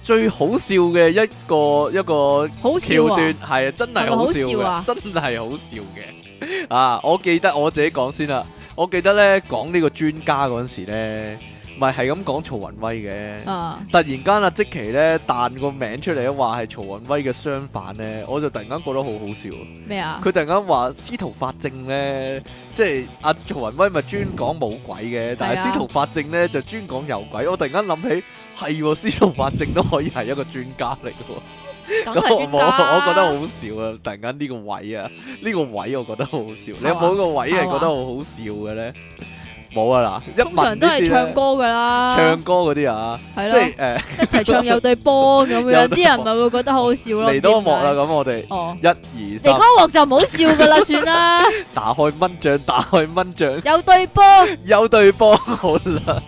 最好笑嘅一個一個
好 笑
橋
啊！
段係啊，真係好笑
係咪好笑
嘅
啊，
真係好笑嘅。 啊，我記得我自己講先啦，我記得咧講呢個專家嗰陣時咧，咪係咁講曹雲威嘅。
啊，
突然間啊，即奇咧彈個名出嚟，話係曹雲威嘅相反咧，我就突然間覺得好好笑。
咩啊？
佢突然間話司徒法正咧，即係阿曹雲威咪專講冇鬼嘅，但
係
係
啊
司徒法正咧就專講有鬼。我突然間諗起，係喎，司徒法正都可以係一個專家嚟嘅喎。
梗
咁
係
我
專
我
家嗯
我覺得好笑啊！突然間呢個位啊，呢個位我覺得好好笑。你有冇個位係覺得好好笑嘅咧？冇啊嗱，一
通常
問
都
呢啲
係
咧
唱，歌噶啦，
唱歌嗰啲啊，即
係咯，
係誒
一齊唱有對波咁
有
樣，
對
啲人咪會覺得好好笑咯。
嚟多一幕啦！咁我哋
哦，
一二
你
三
嗰，鑊就唔好笑噶啦，算啦，
打開蚊帳，打開蚊帳。
有對波
有對波好啦，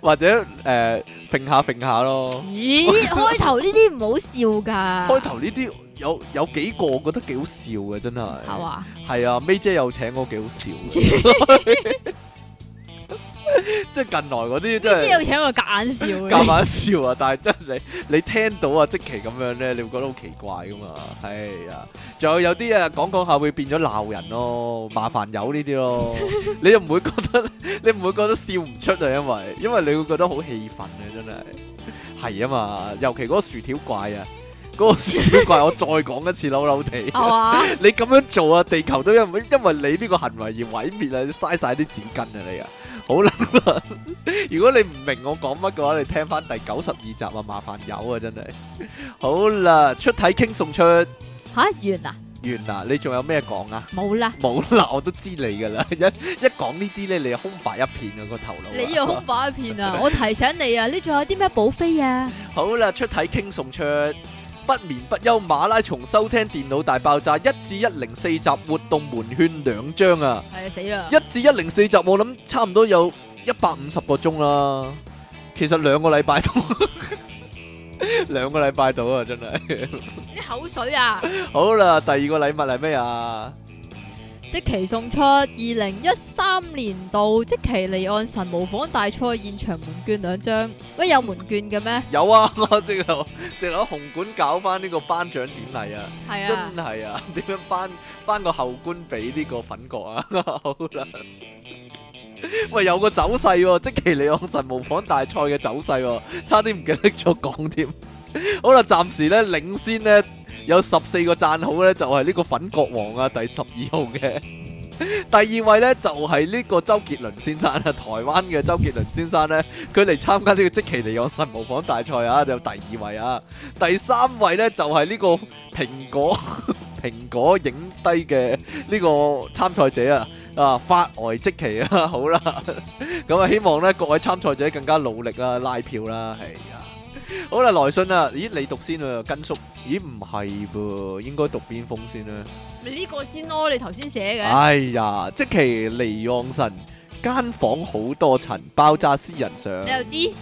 或者誒揈下揈下咯。
咦，開頭呢啲唔好笑噶，
開頭呢啲有有幾個我覺得幾好笑嘅，真係。
係嘛？
係啊，May 姐有請我幾好笑嘅。即係近來嗰啲
即係
真
有
係
請我夾硬笑嘅，
夾硬笑啊！但係真係你你聽到啊，即期咁樣咧，你會覺得好奇怪噶嘛？係啊，仲有有啲啊講講下會變咗鬧人咯，麻煩友呢啲咯，你又唔會覺得你唔會覺得笑唔出啊？因為因為你會覺得好氣憤啊！真係係啊嘛，尤其嗰個薯條怪啊，嗰、個薯條怪我再講一次扭扭地。
係嘛？
你咁樣做啊，地球都因為因為你呢個行為而毀滅啊，你嘥晒啲紙巾啊你啊！好啦， 如果你唔明我講乜嘅話，你聽翻第九十二集啊，麻煩有啊，真係。好啦，出體傾送出完
吓完啦，
啦，你仲有咩講啊？
冇啦，
冇啦，我都知你噶啦， 一一講呢啲咧，你就空白一片啊個頭腦啊。
你又空白一 片啊！我提醒你啊，你仲有啲咩補飛啊？
好啦，出體傾送出不眠不休馬拉松收聽電腦大爆炸一至一零四集活動門券兩張啊！
係啊，死啦！
一至一零四集，我諗差唔多有一百五十個鐘啦。其實兩個禮拜到， 兩個禮拜到啊，真係。
啲口水啊！
好啦，第二個禮物係咩啊？
即期送出二零一三年度即期離岸神模仿大賽現場門券兩張，喂有門券嘅咩？
有啊，我直頭直頭喺紅館搞翻呢個頒獎典禮啊，
係啊
真，係啊， 點樣頒頒個後冠俾呢個粉角啊？ 好啦，喂，有個走勢喎、即其利昂神模仿大賽嘅走勢喎、差啲唔記得咗講添。 好啦，暫時咧領先咧有十四個讚好咧，就係、呢個粉國王啊，第十二號嘅。 第二位咧就係、呢個周杰倫先生啊，台灣嘅周杰倫先生咧，佢嚟參加呢個即其利昂神模仿大賽啊，有第二位啊。第三位咧就係、呢個蘋果 蘋果影低嘅呢個參賽者啊，啊發呆即期啊， 好啦，咁啊希望咧各位參賽者更加努力啦，拉票啦，係啊。好啦，來信啊！咦，你讀先啊，根叔。咦，唔係噃，應該讀邊封先咧？
咪呢個先咯，你頭先寫嘅
哎呀，即其離岸神，間房好多塵，爆炸私人相。
你又知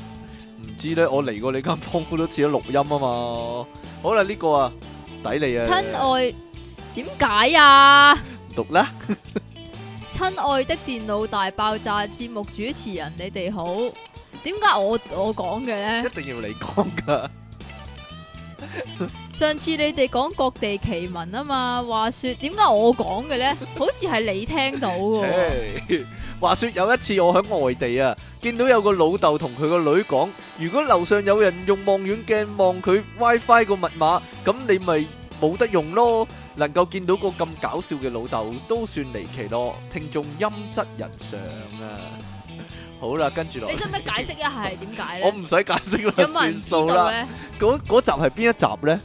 唔知咧，我嚟過你間房好多次都錄音啊嘛。好啦，呢個啊，抵你啊，
親愛點解啊？
讀啦。
親愛的電腦大爆炸節目主持人，你哋好。點解我我講嘅
一
呢？
定要你講噶，
上次你哋講各地奇聞啊嘛，話說點解我講嘅呢？好似係你聽到 嘅喎。
切話說有一次我喺外地啊，見到有個老豆同佢個女講：如果樓上有人用望遠鏡望佢 WiFi 個密碼，咁你咪冇得用咯。能夠見到個咁搞笑嘅老豆，都算離奇咯。聽眾音質人上啊，好啦，跟住落
你，使唔使解釋一下係點解
我
呢？
唔使解釋
有
啦，
冇人
算
知
數
道
啦。
呢？
嗰嗰集係邊一集咧？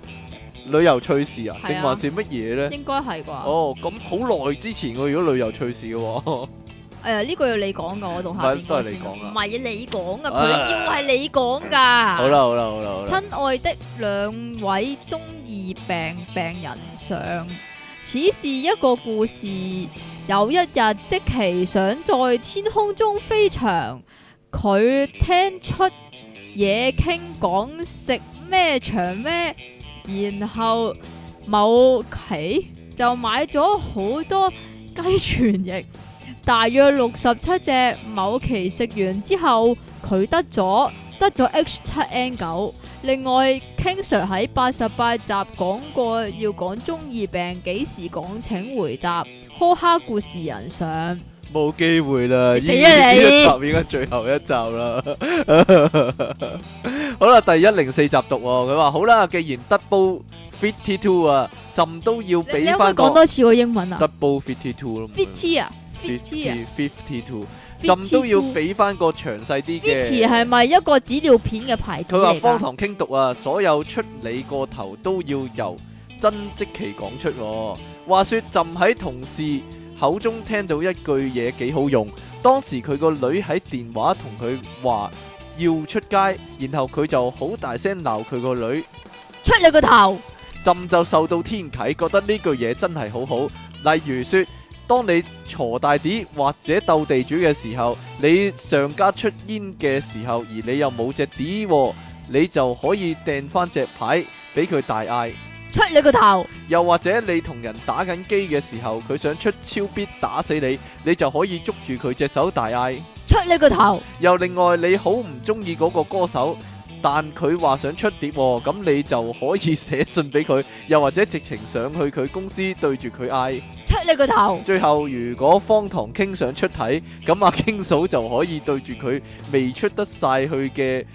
旅遊趣事啊，
係啊
定還是乜嘢咧？哦
應該係啩？啊
哦，咁好耐之前喎，如果旅遊趣事嘅喎，
诶呢個要你講噶，我讀
唔係
下边
都係
嗰
你
先
講啊
唔係你講噶，
唉
佢要係你講噶。
好啦，好啦，好啦，好啦，
亲爱的两位中二病病人上，此是一个故事。有一日，即其想在天空中飞翔，佢听出野倾讲食咩長咩，然后某期就买咗好多鸡全翼，大约六十七只。某期食完之后，佢得咗得咗 H 七 N 九。另外，King Sir 喺八十八集講過要講中二病幾時講？請回答。呵哈故事人上，
冇機會啦，
你死啊
呢呢
你
一集應該最後一集啦。 好啦，第一零四集讀喎，佢話好啦，既然 double fifty two 啊，朕都要
你
俾
你可唔可以
翻個
講多次個英文啊
double fifty two 咯
？Fifty 啊，Fifty 啊
fifty two，朕都要
，Fifty
俾翻個詳細啲嘅。
係咪一個紙尿片嘅牌子
佢話
嚟
方
㗎？
唐傾讀啊，所有出你個頭都要由真即其講出、喎。話說朕喺同事口中聽到一句嘢幾好用，當時佢個女喺電話同佢話要出街，然後佢就好大聲鬧佢個女。
出你個頭！
朕就受到天啟，覺得呢句嘢真係好好。例如說，當你鋤大啲或者鬥地主嘅時候，你上家出煙嘅時候，而你又冇隻碟喎，你就可以掟翻隻牌俾佢大嗌。
出你個頭！
又或者你同人打緊機嘅時候，佢想出超必打死你，你就可以捉住佢隻手大嗌。
出你個頭！
又另外你好唔中意嗰個歌手，但佢話想出碟喎、咁你就可以寫信俾佢， 又或者直情上去佢公司對住佢嗌。
出你個頭！
最後如果方唐傾想出體，咁阿傾嫂就可以對住佢未出得晒去嘅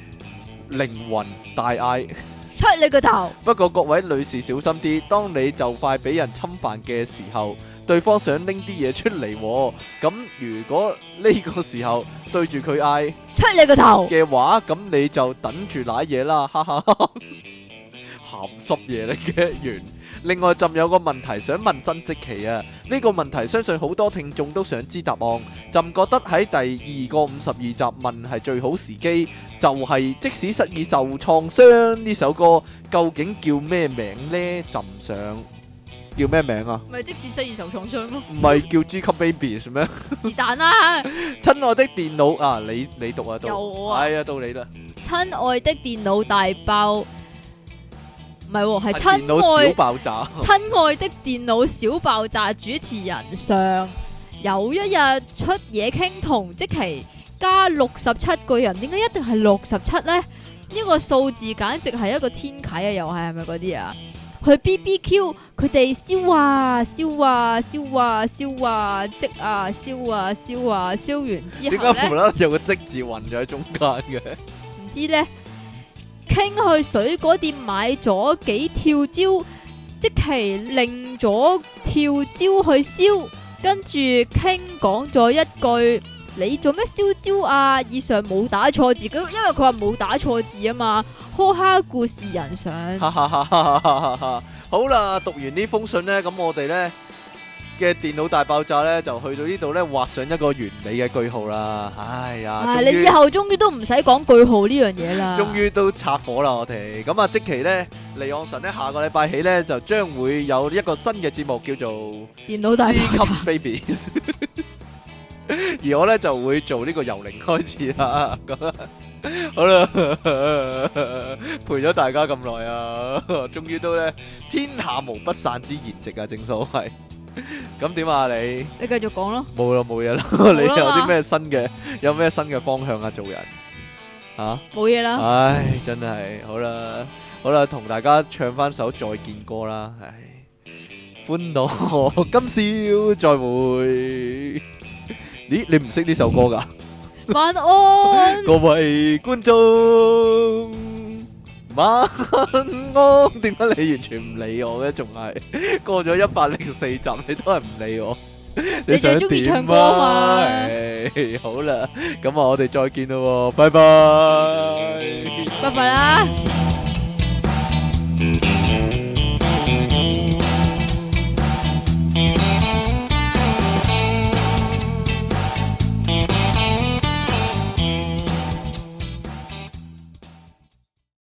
靈魂大嗌。
出你個頭！
不過各位女士小心啲，當你就快俾人侵犯嘅時候，對方想拎啲嘢出嚟、喎。咁如果呢個時候對住佢嗌。
出你個 頭！
嘅話，咁你就等住攋嘢啦，哈哈 哈！鹹濕嘢嚟嘅完。另外，朕有個問題想問曾積奇啊，呢、個問題相信好多聽眾都想知答案。朕覺得喺第二個五十二集問係最好時機，就係、即使失意受創傷呢首歌究竟叫咩名呢？朕想叫咩名啊？
咪即使失意受創傷 咯，
唔係叫 G 級 Babies 咩？
是但啦。
親愛的電腦啊，你你讀啊，
有
到，
我啊！
係啊，到你啦，
親愛的電腦大爆，唔係喎，係
電
親
腦
愛
小爆炸。
親愛的電腦小爆炸主持人上，有一日出嘢傾同即期加六十七個人，點解一定係六十七呢？呢個數字簡直係一個天啟啊！又係係咪嗰啲啊？去 BBQ，佢哋燒啊燒啊燒啊燒啊，即啊燒啊燒啊燒完之
點
後呢
解。無啦啦有個即字混咗喺中間 嘅？
唔知呢，傾去水果店買咗幾跳椒，即其令咗跳椒去燒，跟住傾講咗一句：你做咩燒椒啊？以上冇打錯字，咁因為佢話冇打錯字啊嘛。呵哈，故事人上，
哈哈哈哈哈哈！好啦，讀完呢封信呢，咁我哋呢嘅電腦大爆炸呢，就去到呢度呢，畫上一個完美嘅句號啦。哎呀，
唉，
終
啊你
於
以後終於都唔使講句號呢樣嘢 啦。
終於都拆火啦，我哋咁啊，即期呢，離岸神呢，下個禮拜起呢，就將會有一個新嘅節目叫做。
電腦大爆炸，
Cup Babies。而我咧就會做呢個由零開始啦，咁啊好啦，陪咗大家咁耐啊，終於都咧天下無不散之筵席啊，正所謂。咁點啊你？
你繼續講咯。
冇啦冇嘢啦，
嘛
你有啲咩新嘅有咩新嘅方向啊？做人啊，
冇嘢啦，
唉，真係好啦好啦，同大家唱翻首再見歌啦，唉。歡樂 今宵再會。咦，你唔識呢首歌 㗎？
晚安，
各位觀眾，晚安。點解你完全唔理我嘅？仲係 過咗一百零四集，你都係唔理我。
你
想
最中意
點
唱歌嘛
啊唉好啦，咁啊，我哋再見咯喎，拜拜。
拜拜啦。